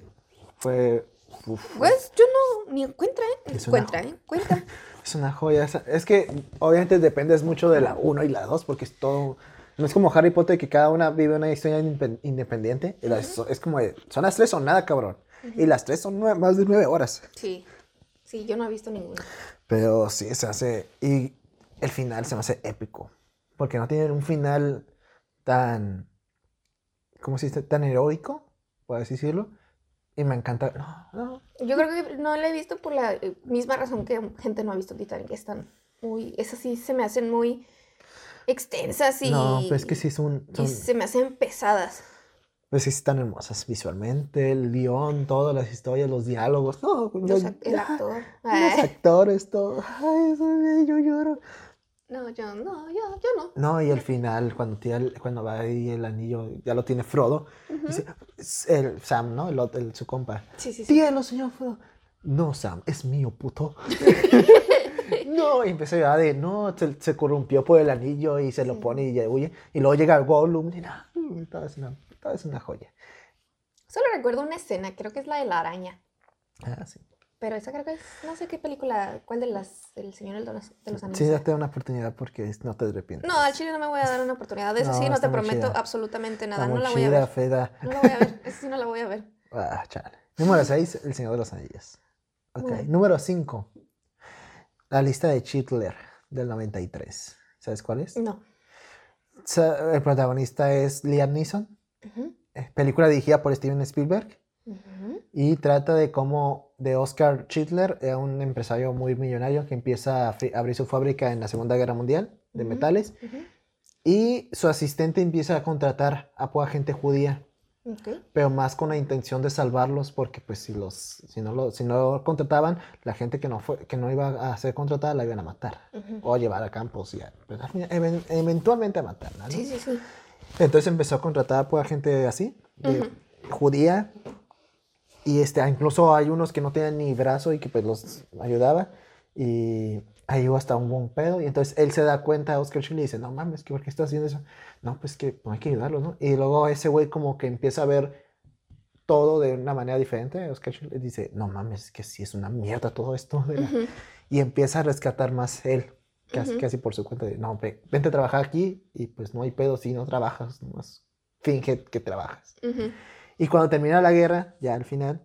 Fue. uf,
Pues yo no. Ni encuentra, ¿eh?
Es una
Encuentra, ¿eh? Cuenta.
(laughs) es una joya. esa- Es que obviamente dependes mucho de la 1 y la 2 porque es todo. No es como Harry Potter que cada una vive una historia indepen- independiente. y las- Es como de, son las tres o nada, cabrón. Y las tres son nue- más de nueve horas.
Sí. Sí, yo no he visto ninguna.
Pero sí, se hace. Y el final se me hace épico. Porque no tienen un final tan. ¿Cómo se dice? Tan heroico, por así decirlo. Y me encanta. No, no.
Yo creo que no la he visto por la eh, misma razón que gente no ha visto Titanic. Están muy. Esas sí se me hacen muy extensas y.
No, pero es que sí son.
Y
son
se me hacen pesadas.
pues sí están hermosas visualmente. El guión, todas las historias, los diálogos. No,
O
los,
sea, el
ah,
actor.
los
Ay.
actores, todo. Ay, eso, ay, yo lloro.
No, yo no, yo, yo no.
No, y al final, cuando, tira el- cuando va ahí el anillo, ya lo tiene Frodo. dice, "Es el Sam, ¿no? El, otro- el- su compa.
Sí, sí, sí.
Dígalo, señor Frodo. No, Sam, es mío,
(laughs)
puto. no, y empecé a llorar de, no, se, se corrompió por el anillo y se lo pone y ya huye. Y luego llega el Gollum y nada, todo es una, todo es una joya.
Solo recuerdo una escena, creo que es la de la araña.
Ah, sí.
Pero esa creo que es, no sé qué película, cuál de las, El Señor de los, de los Anillos.
Sí, date una oportunidad porque es- no te arrepientes.
No, al chile no me voy a dar una oportunidad. De eso
No,
sí, no
está
te
muy
prometo
chida.
absolutamente
Está
nada. No
muy
la voy a
chida,
ver.
Feda.
No la voy a ver. (laughs) Esa sí no la voy a ver.
Ah, chale.
(laughs)
Número 6, El Señor de los Anillos. Ok.
Bueno.
Número 5,
Mm.
La lista de Chitler del 93. ¿Sabes cuál es?
No.
sa- el protagonista es Liam Neeson,
Ujú,
eh, película dirigida por Steven Spielberg
ujú.
y trata de cómo de Oscar Schindler, eh, un empresario muy millonario que empieza a fri- abrir su fábrica en la Segunda Guerra Mundial de
Ujú.
metales
Ujú,
y su asistente empieza a contratar a pura gente judía
ok.
pero más con la intención de salvarlos porque pues si los si no lo, si no contrataban la gente que no fue que no iba a ser contratada la iban a matar
Ujú.
o a llevar a campos y a- pues, al final, even- eventualmente a matarla ¿no?
Sí, sí, sí.
entonces empezó a contratar a pura gente así de judía y este incluso hay unos que no tenían ni brazo y que pues los ayudaba y ahí hubo hasta un buen pedo y entonces él se da cuenta Oscar Schindler y dice no mames que por qué estás haciendo eso no pues que pues, hay que ayudarlos no y luego ese güey como que empieza a ver todo de una manera diferente Oscar Schindler dice no mames que sí es una mierda todo esto de la-
Ujú.
y empieza a rescatar más él, casi,
Ujú.
casi por su cuenta de, no, ve- vente a trabajar aquí y pues no hay pedo si no trabajas, nomás finge que trabajas.
Ujú.
Y cuando termina la guerra, ya al final,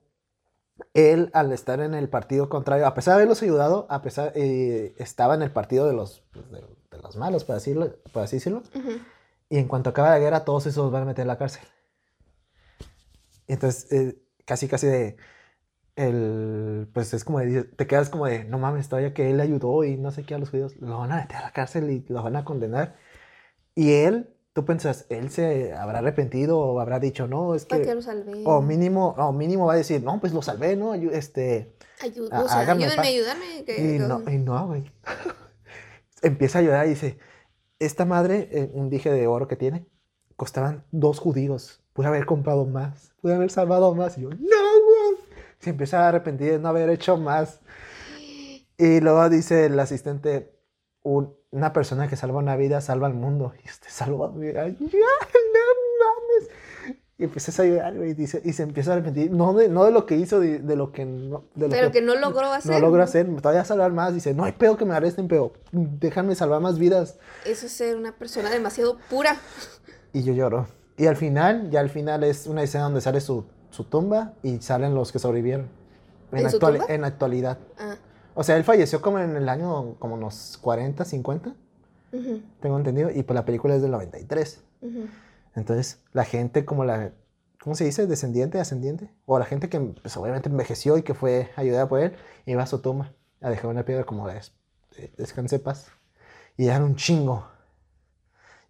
él al estar en el partido contrario, a pesar de haberlos ayudado, a pesar, eh, estaba en el partido de los, pues, de, de los malos, por decirlo, por así decirlo,
Ujú.
y en cuanto acabe la guerra, todos esos van a meter a la cárcel. Entonces, eh, casi, casi de. El, pues es como de, te quedas como de, no mames, todavía que él ayudó y no sé qué a los judíos, lo van a meter a la cárcel y lo van a condenar. Y él, tú pensás, él se habrá arrepentido o habrá dicho, no, es
Porque
que,
lo salvé.
o mínimo, o mínimo va a decir, no, pues lo salvé, ¿no? Yo, este,
Ayú-
Ah,
o sea,
háganme
ayúdenme,
paz.
ayúdame. Que,
y
que-
no, y no, güey. (laughs) Empieza a llorar y dice, esta madre, eh, un dije de oro que tiene, costaban dos judíos. Pude haber comprado más, pude haber salvado más. Y yo, no, güey. Se empieza a arrepentir de no haber hecho más. Y luego dice el asistente, "Un- una persona que salva una vida salva al mundo. Y usted salva mi vida. Ya, no mames. Y empiezas a llorar, güey, y, dice- y se empieza a arrepentir, no de, no de lo que hizo, de, de lo que no... De lo
Pero
que
que no logró hacer.
no logro hacer, todavía salvar más. Dice, no hay pedo que me arresten, pero déjame salvar más vidas.
Eso es ser una persona demasiado pura.
Y yo lloro. Y al final, ya al final es una escena donde sale su, su tumba y salen los que sobrevivieron.
¿En su tumba?
en la actualidad.
Ah.
O sea, él falleció como en el año, como unos 40, 50,
Ujú,
tengo entendido. Y pues la película es del 93.
ujú.
Entonces, la gente como la, ¿cómo se dice? Descendiente, ascendiente. O la gente que pues, obviamente envejeció y que fue ayudada por él, iba a su tumba a dejar una piedra como de des, de- descanse en paz. Y eran un chingo.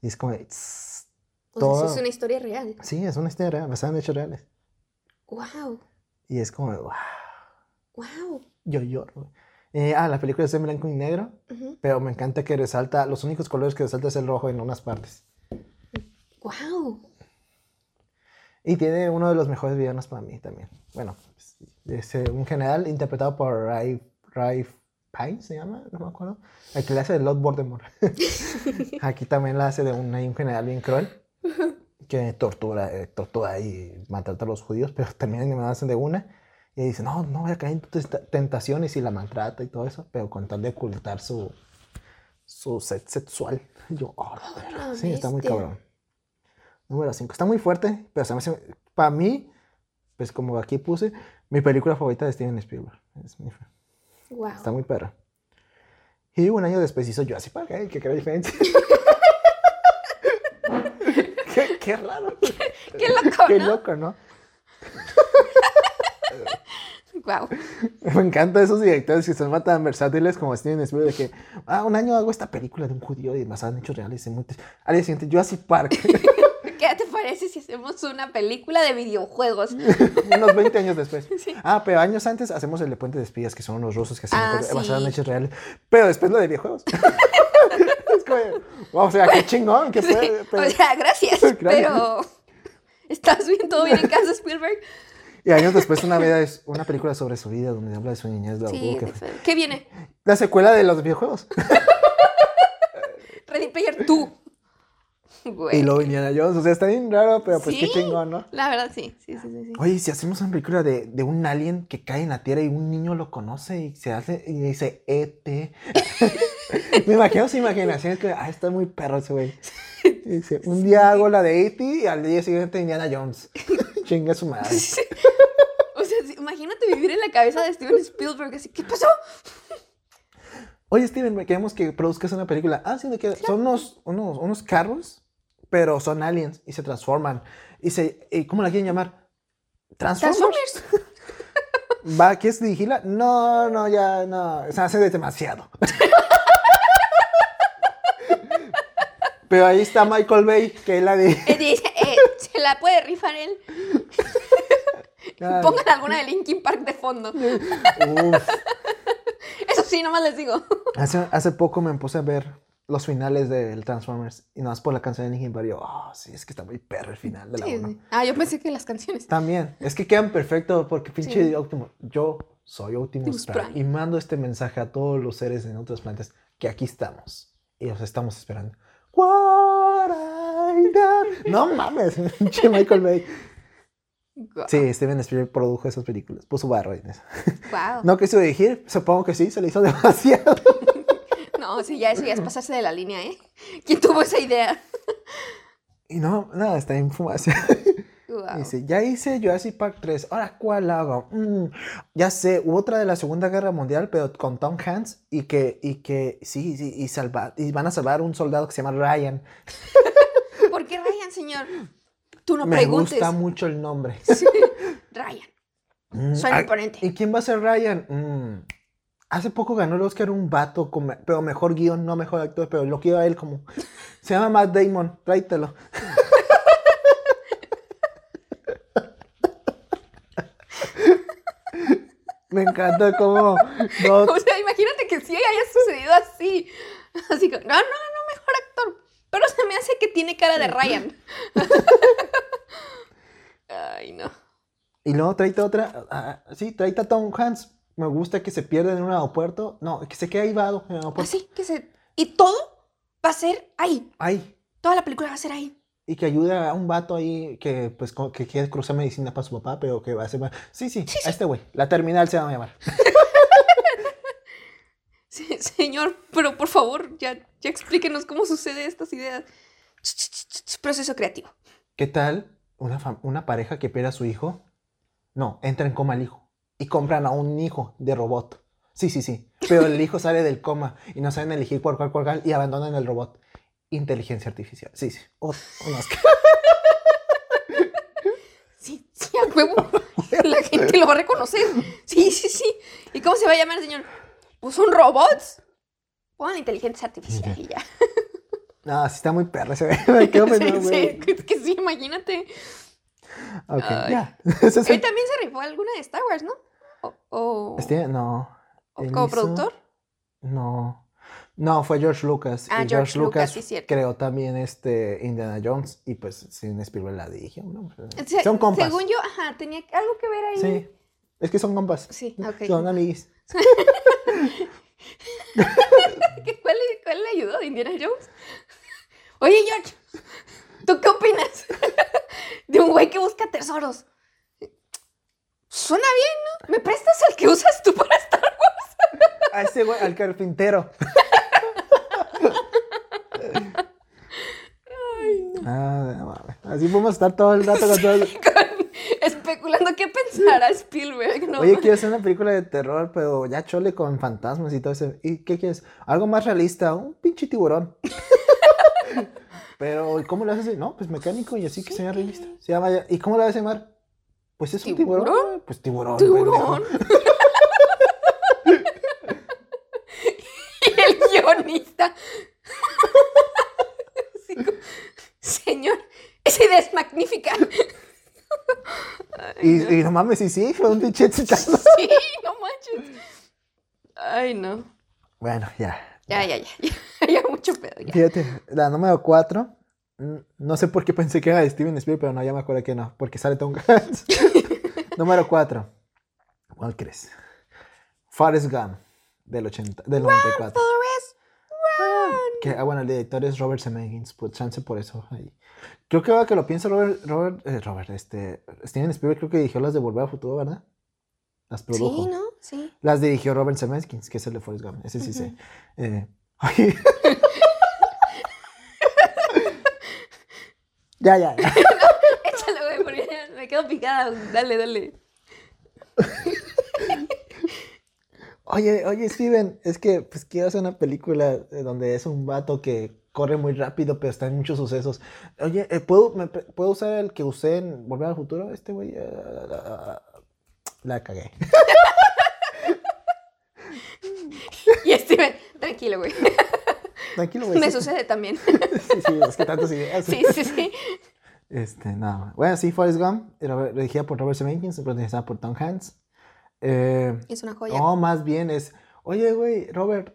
Y es como, de, "Tss".
O sea,
Todo-
eso es una historia real.
sí, es una historia real, basada en hechos reales.
Wow,
Y es como, de, "Wow".
wow.
yo lloro. Eh, ah, la película es en blanco y negro, pero me encanta que resalta, los únicos colores que resalta es el rojo en unas partes.
Wow.
Y tiene uno de los mejores villanos para mí también. Bueno, es, es, eh, un general interpretado por Ray, Ray Pine, se llama, no me acuerdo. El que le hace de Lord Voldemort. Aquí también la hace de un, hay un general bien cruel que tortura, eh, tortura y maltrata a los judíos, pero también me hacen de una. Y dice, no, no voy a caer en tus tenta- tentaciones y la maltrata y todo eso, pero con tal de ocultar su, su sed sexual. (laughs) Y yo, oh, la verga.
la
Sí, está muy
bestia.
cabrón. Número 5. Está muy fuerte, pero se me hace- para mí, pues como aquí puse, mi película favorita de Steven Spielberg. Es mi-
Wow.
está muy perra. Y un año después hizo Jurassic Park, ¿eh? ¿Qué qué
(laughs)
diferencia? qué, qué raro.
Qué loco,
Qué
¿no?
loco, ¿no?
Wow.
Me encantan esos directores que son tan versátiles como Steven Spielberg, de que, ah, un año hago esta película de un judío y basada en hechos reales. y muy- Al día siguiente, Jurassic
(laughs)
Park.
¿Qué te parece si hacemos una película de videojuegos?
Unos 20 años después. Ah, pero años antes hacemos el de Puente de Espías, que son unos rusos que se
Ah, sí.
basados en hechos reales. Pero después lo de videojuegos. (laughs) es como, wow, o sea, qué chingón, que
(laughs) Sí,
fue. pero-
O sea,
(laughs)
gracias,
Gracias.
pero ¿estás bien? ¿Todo bien en
(laughs)
casa, Spielberg?
Y años después, una, vida es una película sobre su vida, donde habla de su niñez, de lo
Sí,
duro que
de
fue.
fe- ¿qué viene?
La secuela de los videojuegos. (laughs)
Ready Player tú.
y
Güey.
luego Indiana Jones. O sea, está bien raro, pero pues qué
Sí.
chingón, ¿no?
La verdad, sí, sí, sí, sí. sí.
Oye, ¿y si hacemos una película de, de un alien que cae en la tierra y un niño lo conoce y se hace y dice ET. (laughs) Me imagino su imaginación, es que, ah, está muy perro ese
(laughs)
güey. Y Dice, un día hago la de ET y al día siguiente Indiana
(laughs)
Jones. Chinga su madre.
O sea, sí, imagínate vivir en la cabeza de Steven Spielberg, así, ¿qué pasó?
Oye, Steven, queremos que produzcas una película. Ah, sí, ¿de qué? Son unos, unos, unos carros pero son aliens y se transforman. Y se, y ¿Cómo la quieren llamar? Transformers.
Transformers.
¿Va? ¿Quieres dirigirla? No, no, ya, no. Se hace de demasiado. Pero ahí está Michael Bay, que es la de.
Eh, dice, eh, se la puede rifar él.
Ah.
Pongan alguna de Linkin Park de fondo.
Uf.
Eso sí, nomás les digo.
Hace, hace poco me puse a ver los finales del Transformers y nada más por la canción de Linkin Park. Yo, ah, sí, es que está muy perro el final de la
Sí,
uno".
sí. Ah, yo pensé que las canciones.
También, es que quedan perfectos porque pinche Optimus. Yo soy Optimus
Optimus
Prime,
Prime.
y mando este mensaje a todos los seres en otras plantas que aquí estamos y los estamos esperando. What I done. No mames, (laughs) pinche Michael Bay.
Wow.
Sí, Steven Spielberg produjo esas películas, puso barro en
Ah.
eso.
Wow.
No quiso dirigir, supongo que sí, se le hizo (laughs) demasiado.
No, sí, ya eso ya es pasarse de la línea, ¿eh? ¿Quién tuvo esa idea?
Y no, nada, está infumación.
Guau.
Dice, ya hice Jurassic Park 3, ahora cuál hago? Mm, ya sé, hubo otra de la Segunda Guerra Mundial, pero con Tom Hanks y que, y que, sí, sí, y, salva, y van a salvar a un soldado que se llama Ryan.
¿Por qué Ryan, señor? Tú no
Me
preguntes.
gusta mucho el nombre.
(laughs) Sí. Ryan,
Mm,
suena
ay,
imponente.
¿Y quién va a ser Ryan? Mm, hace poco ganó el Oscar un vato, con me- pero mejor guión, no mejor actor, pero lo quiero a él como. Se llama Matt Damon, tráetelo. Me encanta cómo. no,
(laughs) O sea, imagínate que sí haya sucedido así. Así que, no, no, no, mejor actor. Pero se me hace que tiene cara
(laughs)
de Ryan. Ay, no.
Y luego tráete otra. ah, ah, sí, tráete a Tom Hanks. Me gusta que se pierda en un aeropuerto. No, que se quede ahí vado en el aeropuerto.
Así que se. Y todo va a ser ahí.
Ay.
Toda la película va a ser ahí.
Y que ayuda a un vato ahí que, pues, co- que quiere cruzar medicina para su papá, pero que va a ser. Sí, sí, a este güey. La terminal se va a llamar.
Sí, (laughs) señor, pero por favor, ya, ya explíquenos cómo sucede estas ideas. Ch, ch, ch, ch, Proceso creativo.
¿Qué tal una, fam- una pareja que pierde a su hijo? No, entra en coma el hijo. Y compran a un hijo de robot. Sí, sí, sí. Pero el hijo sale del coma y no saben elegir por cuál colgar y abandonan el robot. Inteligencia artificial. Sí, sí. Ot- un Oscar.
Sí, sí, a
(laughs)
huevo. La
pues.
gente lo va a reconocer. Sí, sí, sí. ¿Y cómo se va a llamar, señor? Pues son robots. Pongan inteligencia artificial y ya.
No, sí está muy perra ese (laughs)
(laughs)
Me quedo pensando,
Sí,
güey.
sí, es que sí, imagínate.
Ok,
Ay.
ya. (laughs) Ese es
Él
el-
también se rifó alguna de Star Wars, ¿no? O, o-
Este, no.
o
él
como
hizo-
productor.
No. No, fue George Lucas.
Ah,
y
George Lucas, sí, cierto.
creó también este Indiana Jones. Y pues sin Spielberg la dirigió, ¿no?
Se-
Son compas.
Según yo, ajá, tenía algo que ver ahí.
Sí. Es que son compas.
Sí, ok.
Son amiguis.
¿Qué- ¿Cuál, le- cuál le ayudó de Indiana Jones? Oye, George, ¿tú qué opinas de un güey que busca tesoros? Suena bien, ¿no? ¿Me prestas el que usas tú para Star Wars?
A ese güey, al
(laughs)
carpintero. Ah, no mames. Así podemos estar todo el rato con todo.
Con- especulando qué pensará Spielberg, ¿no?
Oye, quiero hacer una película de terror, pero ya chole con fantasmas y todo eso. ¿Y qué quieres? Algo más realista, un pinche tiburón. (laughs) pero, ¿y cómo lo haces? No, pues mecánico y así que sea realista. Se llama ya- ¿Y cómo lo vas a llamar? Pues es un tiburón.
¿Tiburón?
güey. Pues tiburón.
¡Tiburón!
pendejo.
y (laughs) el guionista. Así como, Señor, esa idea es magnífica.
Y, y no mames, y sí, fue un pinche (laughs) exitazo.
Sí, no manches. Ay, no.
Bueno, ya.
Ya, ya, (laughs) ya. Ya, ya mucho pedo. Ya.
Fíjate, la número 4. No sé por qué pensé que era de Steven Spielberg, pero no, ya me acuerdo que no, porque sale Tom
(laughs)
Hanks. número 4. ¿Cuál crees? Forrest Gump, del, 80, del 94.
Forrest,
Que, ah, bueno, el director es Robert Zemeckis, pues chance por eso. ahí. Creo que ahora que lo pienso, Robert, Robert, eh, Robert, este, Steven Spielberg creo que dirigió las de Volver al Futuro, ¿verdad? Las produjo.
Sí, ¿no? Sí.
Las dirigió Robert Zemeckis, que es el de Forrest Gump, ese sí sé. Eh, ya, ya, ya.
Échalo, güey, porque ya me quedo picada. Dale, dale.
Oye, oye, Steven, es que pues quiero hacer una película eh, donde es un vato que corre muy rápido, pero está en muchos sucesos. Oye, eh, ¿puedo, me pre- ¿puedo usar el que usé en Volver al Futuro? Este güey. eh, la- ah, la cagué. (laughs)
Y Steven, tranquilo, güey.
Tranquilo, güey.
Me
sí,
sucede
(laughs)
también. (laughs)
sí, sí, es que tantas ideas.
Sí, sí, sí.
Este, nada más. Bueno, sí, Forrest Gump, era dirigida por Robert Zemeckis, protagonizada por Tom Hanks. Eh,
Es una joya.
no, más bien es, oye, güey, Robert,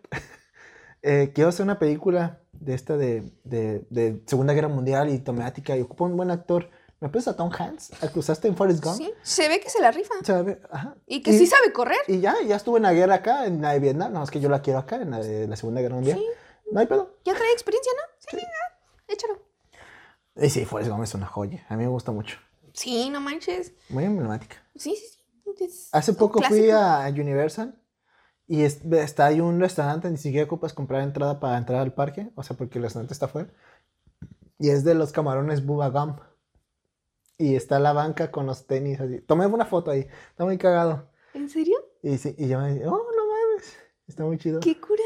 (laughs) eh, quiero hacer una película de esta de, de- de Segunda Guerra Mundial y temática y ocupo un buen actor. ¿Me prestas a Tom Hanks? ¿Al que usaste en Forrest Gump?
Sí, se ve que se la rifa.
O sea, a ver, ajá.
Y que sí sabe correr.
Y ya, ya estuvo en la guerra acá, en la de Vietnam. No, es que yo la quiero acá, en la de la Segunda Guerra Mundial.
Sí.
No hay pedo.
Ya trae experiencia, ¿no? Sí, venga, échalo.
Y sí, Forrest Gump es una joya. A mí me gusta mucho.
Sí, no manches.
Muy emblemática.
Sí, sí, sí. es
Hace
un
poco fui
clásico.
a Universal y es- está ahí un restaurante, ni siquiera ocupas comprar entrada para entrar al parque, o sea, porque el restaurante está afuera. Y es de los camarones Bubba Gump. Y está la banca con los tenis así. Tomé una foto ahí, está muy cagado.
¿En serio?
Y, sí, y yo me dije, oh, no mames, está muy chido.
¡Qué curada!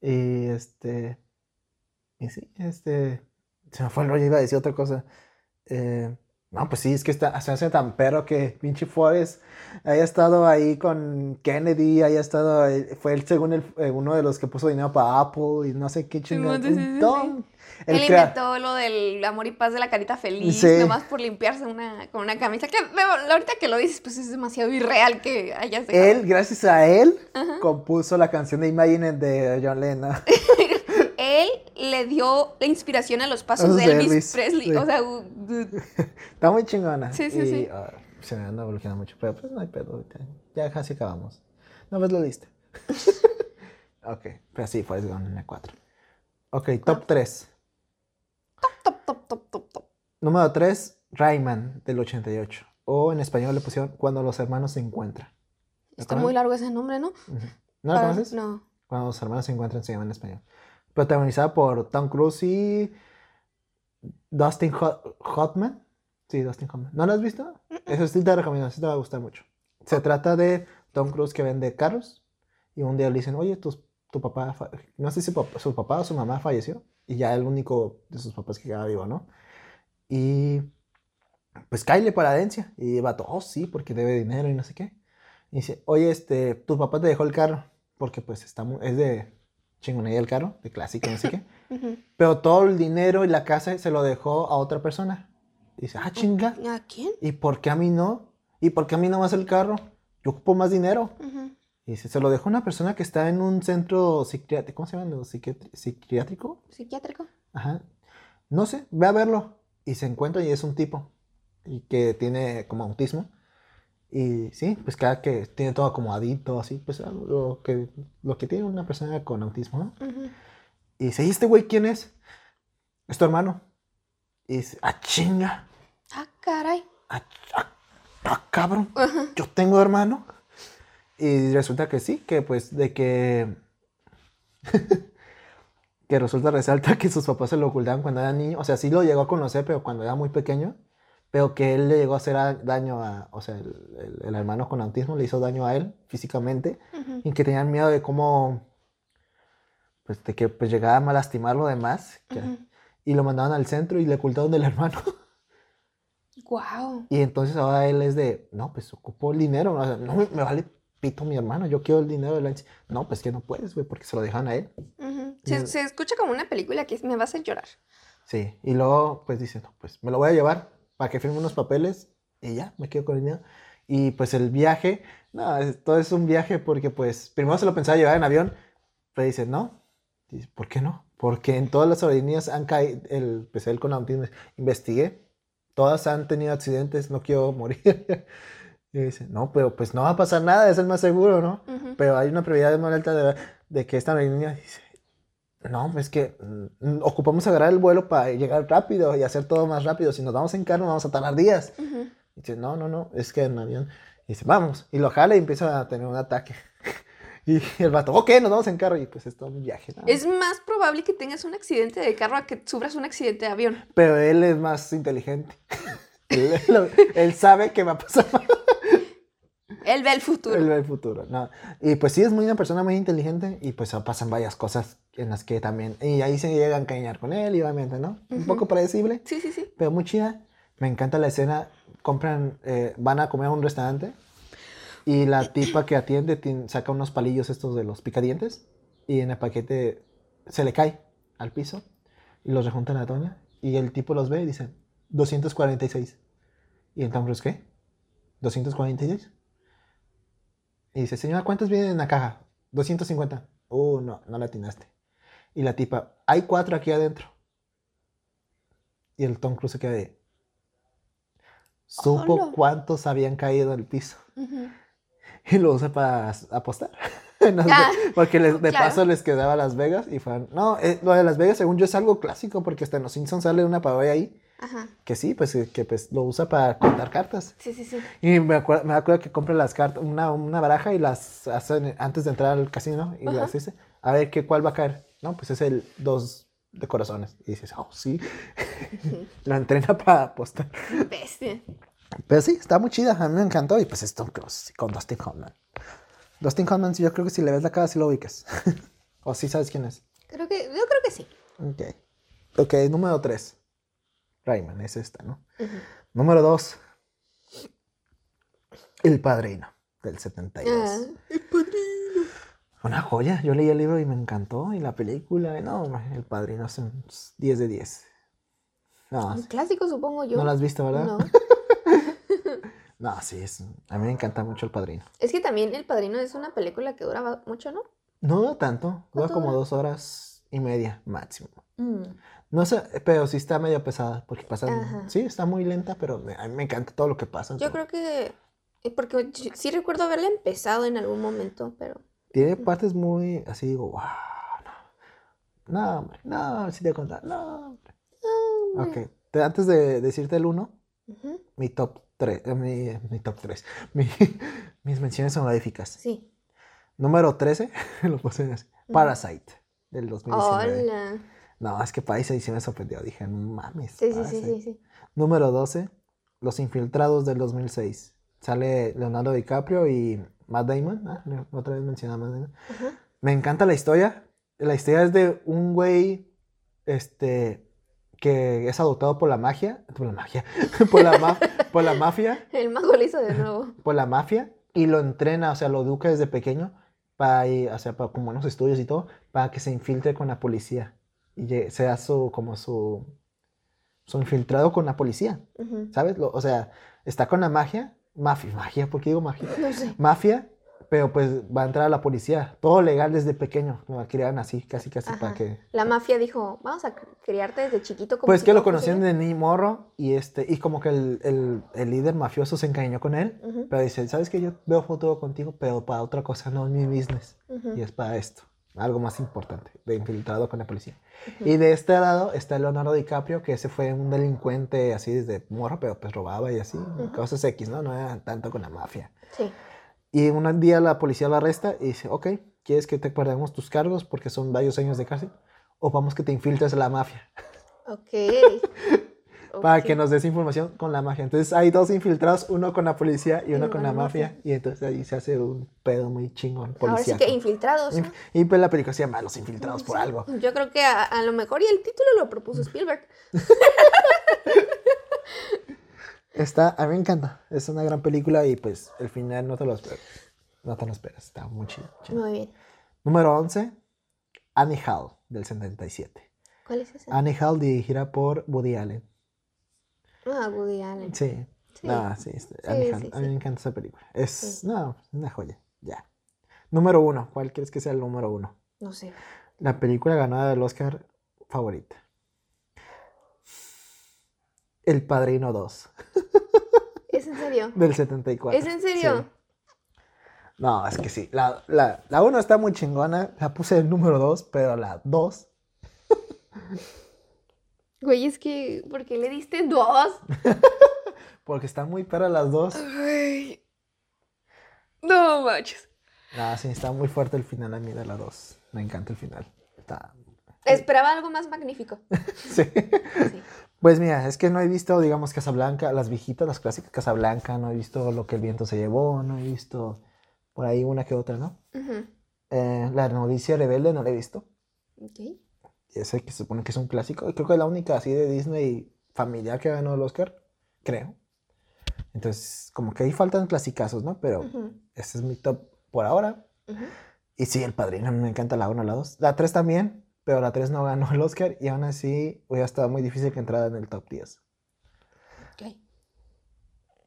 Y este. Y sí, este. Se me fue el rollo, iba a decir otra cosa. Eh, no, pues sí, es que está, se hace tan perro que pinche Forrest haya estado ahí con Kennedy, haya estado. eh, Fue él, según el, eh, uno de los que puso dinero para Apple y no sé qué chingada.
sí, sí, sí, sí.
Tom, el
Él
crea-
inventó lo del amor y paz de la carita feliz,
Sí.
nomás por limpiarse una, con una camisa. Que veo, ahorita que lo dices, pues es demasiado irreal que hayas dejado.
Él, gracias a él, compuso la canción de Imagine de John Lennon.
Él le dio la inspiración a los pasos
Pasos
de
de
Elvis,
Elvis,
Presley.
sí.
O sea, u- u-
Está muy chingona.
Sí, sí,
Y,
sí.
ah, se me anda bloqueando mucho, pero pues no hay pedo ahorita. Ya casi acabamos. No ves la
(laughs)
lista. ok, pero sí, Forrest Gump en el 4. Ok, top 3.
top, top, top, top, top.
Número 3, Rayman del 88. O en español le pusieron Cuando los hermanos se encuentran. ¿Lo
Está
conoces?
muy largo ese nombre, ¿no?
Ujú. ¿No lo
Para-
conoces?
Ah, No.
Cuando los hermanos se encuentran se llama en español. Protagonizada por Tom Cruise y Dustin Ho- Hoffman. Sí, Dustin Hoffman. ¿No lo has visto? Eso sí te recomiendo, eso te va a gustar mucho. Se trata de Tom Cruise que vende carros y un día le dicen, oye, tus- tu papá, fa- no sé si pap- su papá o su mamá falleció y ya el único de sus papás que quedaba vivo, ¿no? Y pues cáele para la herencia y va todo, oh, sí, porque debe dinero y no sé qué. Y dice, oye, este, tu papá te dejó el carro porque pues está mu- es de chingonería el carro, de clásico, no sé qué.
Ujú.
Pero todo el dinero y la casa se lo dejó a otra persona. Y dice, ah, chinga.
¿A quién?
¿Y por qué a mí no? ¿Y por qué a mí no más el carro? Yo ocupo más dinero.
Ujú.
Y dice, se lo dejó una persona que está en un centro psiquiátrico. ¿Cómo se llama? ¿Lo psiquiatri- ¿Psiquiátrico?
¿Psiquiátrico?
Ajá. No sé, ve a verlo. Y se encuentra y es un tipo. Y que tiene como autismo. Y sí, pues cada que tiene todo acomodadito, así, pues algo- lo que, lo que tiene una persona con autismo, ¿no?
Ujú.
Y dice, ¿y este güey quién es? Es tu hermano. Y dice, ah, chinga.
Ah, caray.
ah, ah, ah, cabrón,
Ajá.
yo tengo hermano. Y resulta que sí, que pues de que... (laughs) que resulta, resalta que sus papás se lo ocultaban cuando era niño. O sea, sí lo llegó a conocer, pero cuando era muy pequeño. Pero que él le llegó a hacer a- daño a... O sea, el, el- el hermano con autismo le hizo daño a él físicamente.
Ujú.
Y que tenían miedo de cómo... Pues de que pues, llegaba a lastimarlo de más. que-
Ujú.
Y lo mandaban al centro y le ocultaron del hermano.
Guau.
Y entonces ahora él es de, no, pues ocupo el dinero. ¿no? O sea, no, me vale pito mi hermano, yo quiero el dinero de la herencia". No, pues que no puedes, güey, porque se lo dejan a él.
Ujú.
Bien.
Se, se escucha como una película que es- me va a hacer llorar.
Sí, y luego pues dice, no, pues me lo voy a llevar para que firme unos papeles y ya, me quedo con el dinero. Y pues el viaje, no, es- todo es un viaje porque pues primero se lo pensaba llevar en avión, pero dice, no, dice, ¿por qué no? Porque en todas las aerolíneas han caído, el, pues él con autismo, investigué, todas han tenido accidentes, no quiero (laughs) morir. y dice, no, pero pues no va a pasar nada, es el más seguro, ¿no?
Ujú.
pero hay una probabilidad más alta de, de que esta aerolínea dice, no, es que mm, ocupamos agarrar el vuelo para llegar rápido y hacer todo más rápido, si nos vamos en carro vamos a tardar días.
Ujú.
Y dice, no, no, no, es que en avión. Y dice, vamos, y lo jala y empieza a tener un ataque. (laughs) y el vato, ok, nos vamos en carro y pues es todo un viaje. ¿no?
Es más probable que tengas un accidente de carro a que sufras un accidente de avión.
Pero él es (laughs) más inteligente. él, él sabe que va a pasar.
Él ve el futuro.
Él ve el futuro. No. Y pues sí, es muy una persona muy inteligente y pues pasan varias cosas en las que también... Y ahí se llegan a encariñar con él y obviamente, ¿no? Un poco predecible,
Sí, sí, sí.
pero muy chida. Me encanta la escena. Compran, eh, van a comer a un restaurante y la tipa que atiende tien- saca unos palillos estos de los picadientes y en el paquete se le cae al piso y los rejuntan a Toña y el tipo los ve y dice 246. ¿Y el Tom Cruise qué? ¿246? Y dice, señora, ¿cuántos vienen en la caja? 250. Uh, no, no la atinaste. Y la tipa, hay cuatro aquí adentro. Y el Tom Cruise se queda de... Supo
Hola.
cuántos habían caído al piso
Ujú.
y lo usa para as- apostar. (laughs) No sé,
Ah,
porque les- de
claro.
paso les quedaba Las Vegas y fueron. No, eh, lo de Las Vegas, según yo, es algo clásico porque hasta en Los Simpsons sale una parodia ahí
Ajá.
que sí, pues que, que, pues, lo usa para contar cartas.
Sí, sí, sí.
Y me acuerdo, me acuerdo que compra las cartas, una, una baraja y las hacen antes de entrar al casino y las
Ajá.
dice, a ver qué cuál va a caer. No, pues es el dos de corazones. Y dices, oh, sí. (laughs) la entrena para apostar.
Bestia.
Pero sí, está muy chida. A mí me encantó. Y pues es Tom Cruise con Dustin Hoffman. Dustin Hoffman, yo creo que si le ves la cara, sí lo ubicas. (laughs) o sí sabes quién es.
Creo que, yo creo que sí.
Ok. Ok, número 3. Rayman, es esta, ¿no? Número 2. El Padrino, del 72.
Ah.
Una joya. Yo leí el libro y me encantó. Y la película. y No, hombre, El Padrino es un 10 de 10. No,
Un clásico, supongo yo.
no lo has visto, ¿verdad?
No.
No, sí, es, a mí me encanta mucho El Padrino.
Es que también El Padrino es una película que dura ba- mucho, ¿no?
No dura tanto, dura
¿Cuánto
como
dura?
dos horas y media máximo. No sé, pero sí está medio pesada, porque pasa,
Ajá.
sí, está muy lenta, pero me- a mí me encanta todo lo que pasa.
Yo
todo.
creo que. eh, Porque yo- sí recuerdo haberla empezado en algún momento, pero.
Tiene partes muy, así digo, wow, no, no, hombre, no, si te contar, no, hombre.
hombre.
Ah, Ok, te- antes de decirte el uno,
Ujú.
mi top 3, mi, (laughs) mi top 3, mis menciones honoríficas.
Sí.
Número 13, (laughs) lo puse así, Parasite, del 2019.
Hola.
No, es que Parasite sí me sorprendió, dije, no mames,
Sí, sí, sí,
Parasite".
sí, sí.
Número 12, Los Infiltrados del 2006. Sale Leonardo DiCaprio y Matt Damon. Ah, le- otra vez menciona a Matt Damon.
Ajá.
Me encanta la historia. La historia es de un güey este, que es adoptado por la magia. Por la magia. (laughs) por, la ma- por la mafia.
El mago lo hizo
(laughs)
de nuevo.
Por la mafia. Y lo entrena, o sea, lo educa desde pequeño. Para ir, o sea, para, con buenos estudios y todo. Para que se infiltre con la policía. Y llegue- sea su, como su, su infiltrado con la policía.
Ujú.
¿Sabes? Lo- o sea, está con la magia. Mafia, magia, ¿por qué digo magia?
No sé.
Mafia, pero pues va a entrar a la policía. Todo legal desde pequeño. Lo crean así, casi, casi para
Ajá.
que.
La mafia dijo: Vamos a cr- criarte desde chiquito. Como
Pues
si
que lo
no fuese
conocían
yo".
de ni morro y este, y como que el, el- el líder mafioso se encariñó con él.
Ujú,
Pero dice, ¿sabes que Yo veo futuro contigo, pero para otra cosa, no es mi business.
ujú,
Y es para esto. Algo más importante, de infiltrado con la policía.
ujú.
Y de este lado está Leonardo DiCaprio, que ese fue un delincuente así desde morro, pero pues robaba y así, cosas X, ¿no? No era tanto con la mafia.
Sí.
Y un día la policía lo arresta y dice, ok, ¿quieres que te perdamos tus cargos porque son varios años de cárcel? O vamos que te infiltres a la mafia
Ok.
(laughs) para
Ok.
que nos des información con la mafia. Entonces hay dos infiltrados, uno con la policía y uno con la mafia. Y entonces ahí se hace un pedo muy chingón
Ahora sí
policía.
que infiltrados. ¿no?
Y pues la película se llama Los Infiltrados por algo.
Yo creo que a, a lo mejor y el título lo
Mm.
propuso Spielberg.
Está, a mí me encanta. Es una gran película y pues el final no te lo esperas. No te lo esperas. Está muy chido. chido.
Muy bien.
Número 11, Annie Hall, del 77.
¿Cuál es esa?
Annie Hall dirigida por Woody Allen.
Ah, Woody Allen.
Sí. Ah.
Sí.
No, sí, es- Annie
sí,
Hall.
sí.
A mí me encanta esa película. Es, no, es una joya. Ya. Número uno. ¿Cuál crees que sea el número uno?
No sé.
La película ganada del Oscar favorita. El Padrino 2,
¿Es en serio?
del 74.
¿Es en serio?
Sí. No, es que sí. La, la, 1 está muy chingona. La puse el número 2, pero la 2.
Güey, es que, ¿por qué le diste dos?
Porque están muy perras las dos.
Ay. No manches.
No, sí, está muy fuerte el final a mí de la 2. Me encanta el final. Está. (laughs)
Esperaba algo más magnífico.
Sí.
Sí.
Pues mira, es que no he visto, digamos, Casablanca, las viejitas, las clásicas Casablanca, no he visto lo que el viento se llevó, no he visto por ahí una que otra, ¿no?
Ujú.
Eh, la novicia rebelde no la he visto.
Ok.
Ese que se supone que es un clásico. y Creo que es la única así de Disney familiar que ganó el Oscar, creo. Entonces, como que ahí faltan clasicazos, ¿no? Pero
Ujú,
ese es mi top por ahora.
ujú.
Y sí, El Padrino, a mí me encanta la 1, la 2. La 3 también, pero la 3 no ganó el Oscar y aún así hubiera estado muy difícil que entrara en el top 10.
Ok.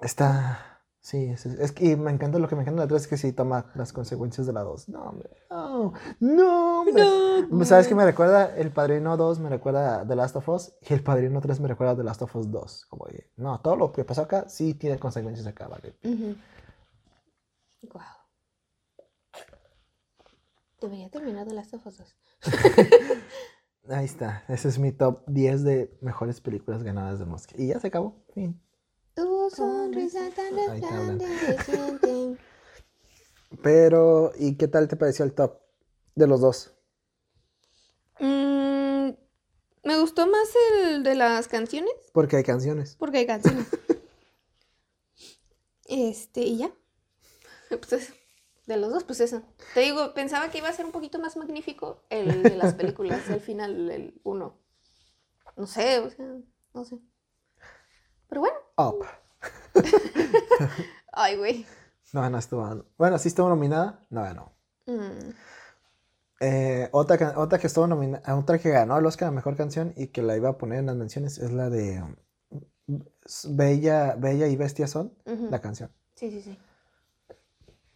Está. Sí, es, es- es que y me encanta lo que me encanta de la 3 es que sí toma las consecuencias de la 2. No, hombre. No, no, hombre.
No.
Pues, ¿Sabes qué me recuerda? El Padrino 2 me recuerda a The Last of Us y el Padrino 3 me recuerda a The Last of Us 2. Como que, no, todo lo que pasó acá sí tiene consecuencias acá, ¿vale?
Wow. Debería terminar de las dos.
Ahí está. Ese es mi top 10 de mejores películas ganadas de Mosca. Y ya se acabó. Fin.
Tu sonrisa tan
Ahí te hablan. (laughs)
resplandeciente.
Pero, ¿y qué tal te pareció el top de los dos?
Mm, me gustó más el de las canciones,
Porque hay canciones.
porque hay canciones. este, y ya. (laughs) Pues eso. De los dos, pues eso. Te digo, pensaba que iba a ser un poquito más magnífico el de las películas, el final, el uno. No sé, o sea, no sé. Pero bueno,
Up.
ay, güey.
No, no estuvo. Bueno, sí estuvo nominada. No ganó.
Mm.
Eh, otra, can- otra que estuvo nominada, otra que ganó el Oscar a mejor canción y que la iba a poner en las menciones es la de um, Bella, Bella y Bestia son
Ujú.
la canción.
Sí, sí, sí.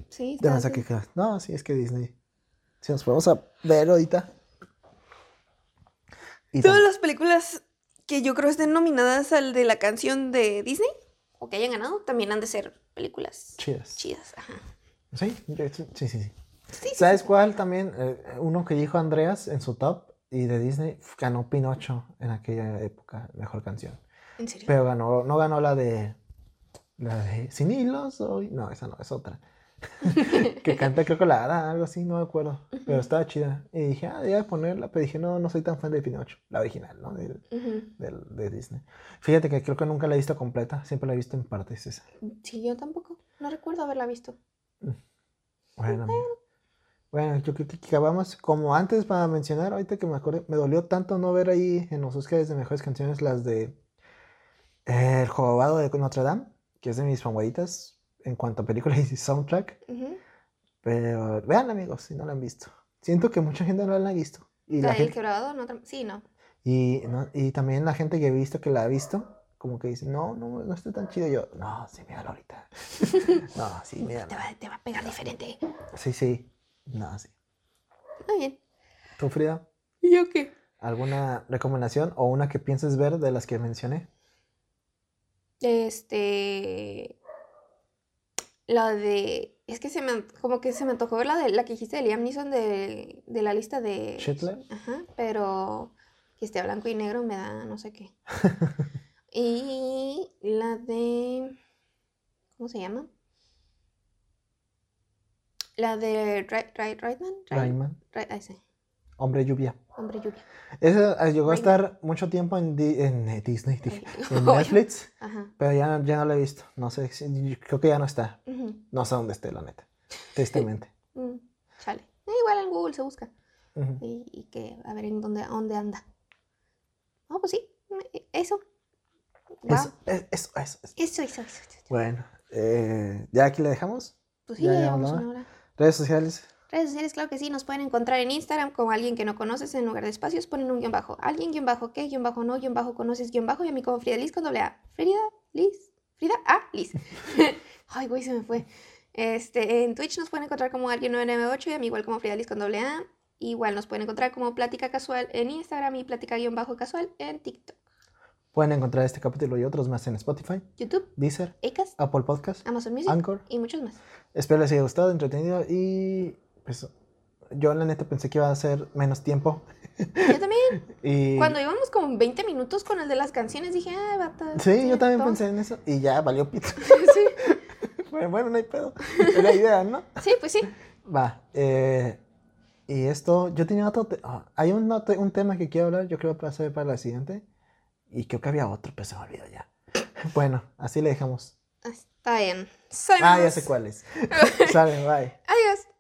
Sí,
Te
está
vas a
bien.
quejar. No, sí, es que Disney. Si nos podemos a ver ahorita. Y
Todas
tam-
las películas que yo creo estén nominadas al de la canción de Disney o que hayan ganado también han de ser películas
chidas.
chidas. Ajá.
Sí, de- sí, sí, sí.
Sí, sí,
¿Sabes cuál también? Eh, uno que dijo Andreas en su top y de Disney f- ganó Pinocho en aquella época, mejor canción.
en serio.
Pero ganó, no ganó la de. La de Sin hilos hoy. No, esa no, es otra. (laughs) que canta, creo que la Ara, algo así, no me acuerdo. Pero estaba chida. Y dije, ah, voy a ponerla. Pero dije, no, no soy tan fan de Pinocho, la original, ¿no? Del-
Ujú.
del- de Disney. Fíjate que creo que nunca la he visto completa, siempre la he visto en partes esa.
Sí, yo tampoco. No recuerdo haberla visto.
Bueno, amigo. Bueno, yo creo que acabamos. Como antes para mencionar, ahorita que me acuerdo, me dolió tanto no ver ahí en los Oscars de mejores canciones las de eh, El Jorobado de Notre Dame, que es de mis favoritas en cuanto a películas y soundtrack.
Ujú.
Pero vean, amigos, si no la han visto. Siento que mucha gente no la ha visto. Y,
La
la
del
gente,
quebrado, no. tam- Sí, no.
y, no- y también la gente que he visto que la ha visto, como que dice, no, no, no está tan chido. Yo, no, sí, míralo ahorita. (laughs) no, sí,
Te
míralo.
va, te va a pegar diferente.
Sí, sí. No, sí.
Muy bien.
¿Tú, Frida?
¿Y yo qué?
¿Alguna recomendación o una que pienses ver de las que mencioné?
Este. La de. Es que se me. an- Como que se me antojó la de la que dijiste de Liam Neeson de, de la lista de.
Shetland.
Ajá, pero que esté a blanco y negro me da no
(laughs)
sé qué. Y la de. ¿Cómo se llama? La de Ri- Ri- Rideman. Ri-
Rayman,
Ri- ah, ese,
Hombre Lluvia.
Hombre lluvia.
Esa eh, llegó a
Rayman.
estar mucho tiempo en, Di- en, eh, Disney, (laughs) dije, en
Ay.
Netflix,
Ajá.
pero ya, ya no la he visto. No sé, si- creo que ya no está.
ujú,
No sé dónde esté, la neta.
(laughs)
Tristemente.
mm, chale. Eh, igual en Google se busca.
Ujú.
Y, y que a ver en dónde, a dónde anda. No, pues sí. eh, Eso. Va.
Eso, es- eso, eso, eso.
Eso, eso, eso. eso, eso.
Bueno, eh, ya aquí la dejamos.
Pues sí,
Ya
ya,
llevamos
llevamos
una
una hora.
Redes sociales.
Redes sociales, claro que sí, nos pueden encontrar en Instagram como alguien que no conoces en lugar de espacios, ponen un guión bajo. Alguien guión bajo que, guión bajo no, guión bajo conoces, guión bajo y a mí como Frida Liz con doble A. Frida, Liz, Frida, A, Liz. (laughs) Ay, güey, se me fue. Este, en Twitch nos pueden encontrar como alguien 998 y a mí igual como Frida Liz con doble A. Igual nos pueden encontrar como plática casual en Instagram y plática guión bajo casual en TikTok,
Pueden encontrar este capítulo y otros más en Spotify,
YouTube,
Deezer,
Acast,
Apple Podcast,
Amazon Music
Anchor.
y muchos más.
Espero les haya gustado, entretenido y pues yo la neta pensé que iba a ser menos tiempo.
Yo también,
Y
cuando íbamos como 20 minutos con el de las canciones, dije, ah, bata.
Sí, yo también
vamos".
pensé en eso y ya valió pito.
(laughs)
(laughs)
Sí.
bueno, bueno, no hay pedo. Es la idea, ¿no?
Sí, pues sí.
Va. eh, y esto, yo tenía otro... te- ah, hay un, no- te- un tema que quiero hablar, yo creo, para hacer para la siguiente. Y creo que había otro, pero se me olvidó ya. (laughs) Bueno, así le dejamos.
Está bien.
Ah, ya
Saludos.
sé cuál es. (laughs) Sale, bye.
Adiós.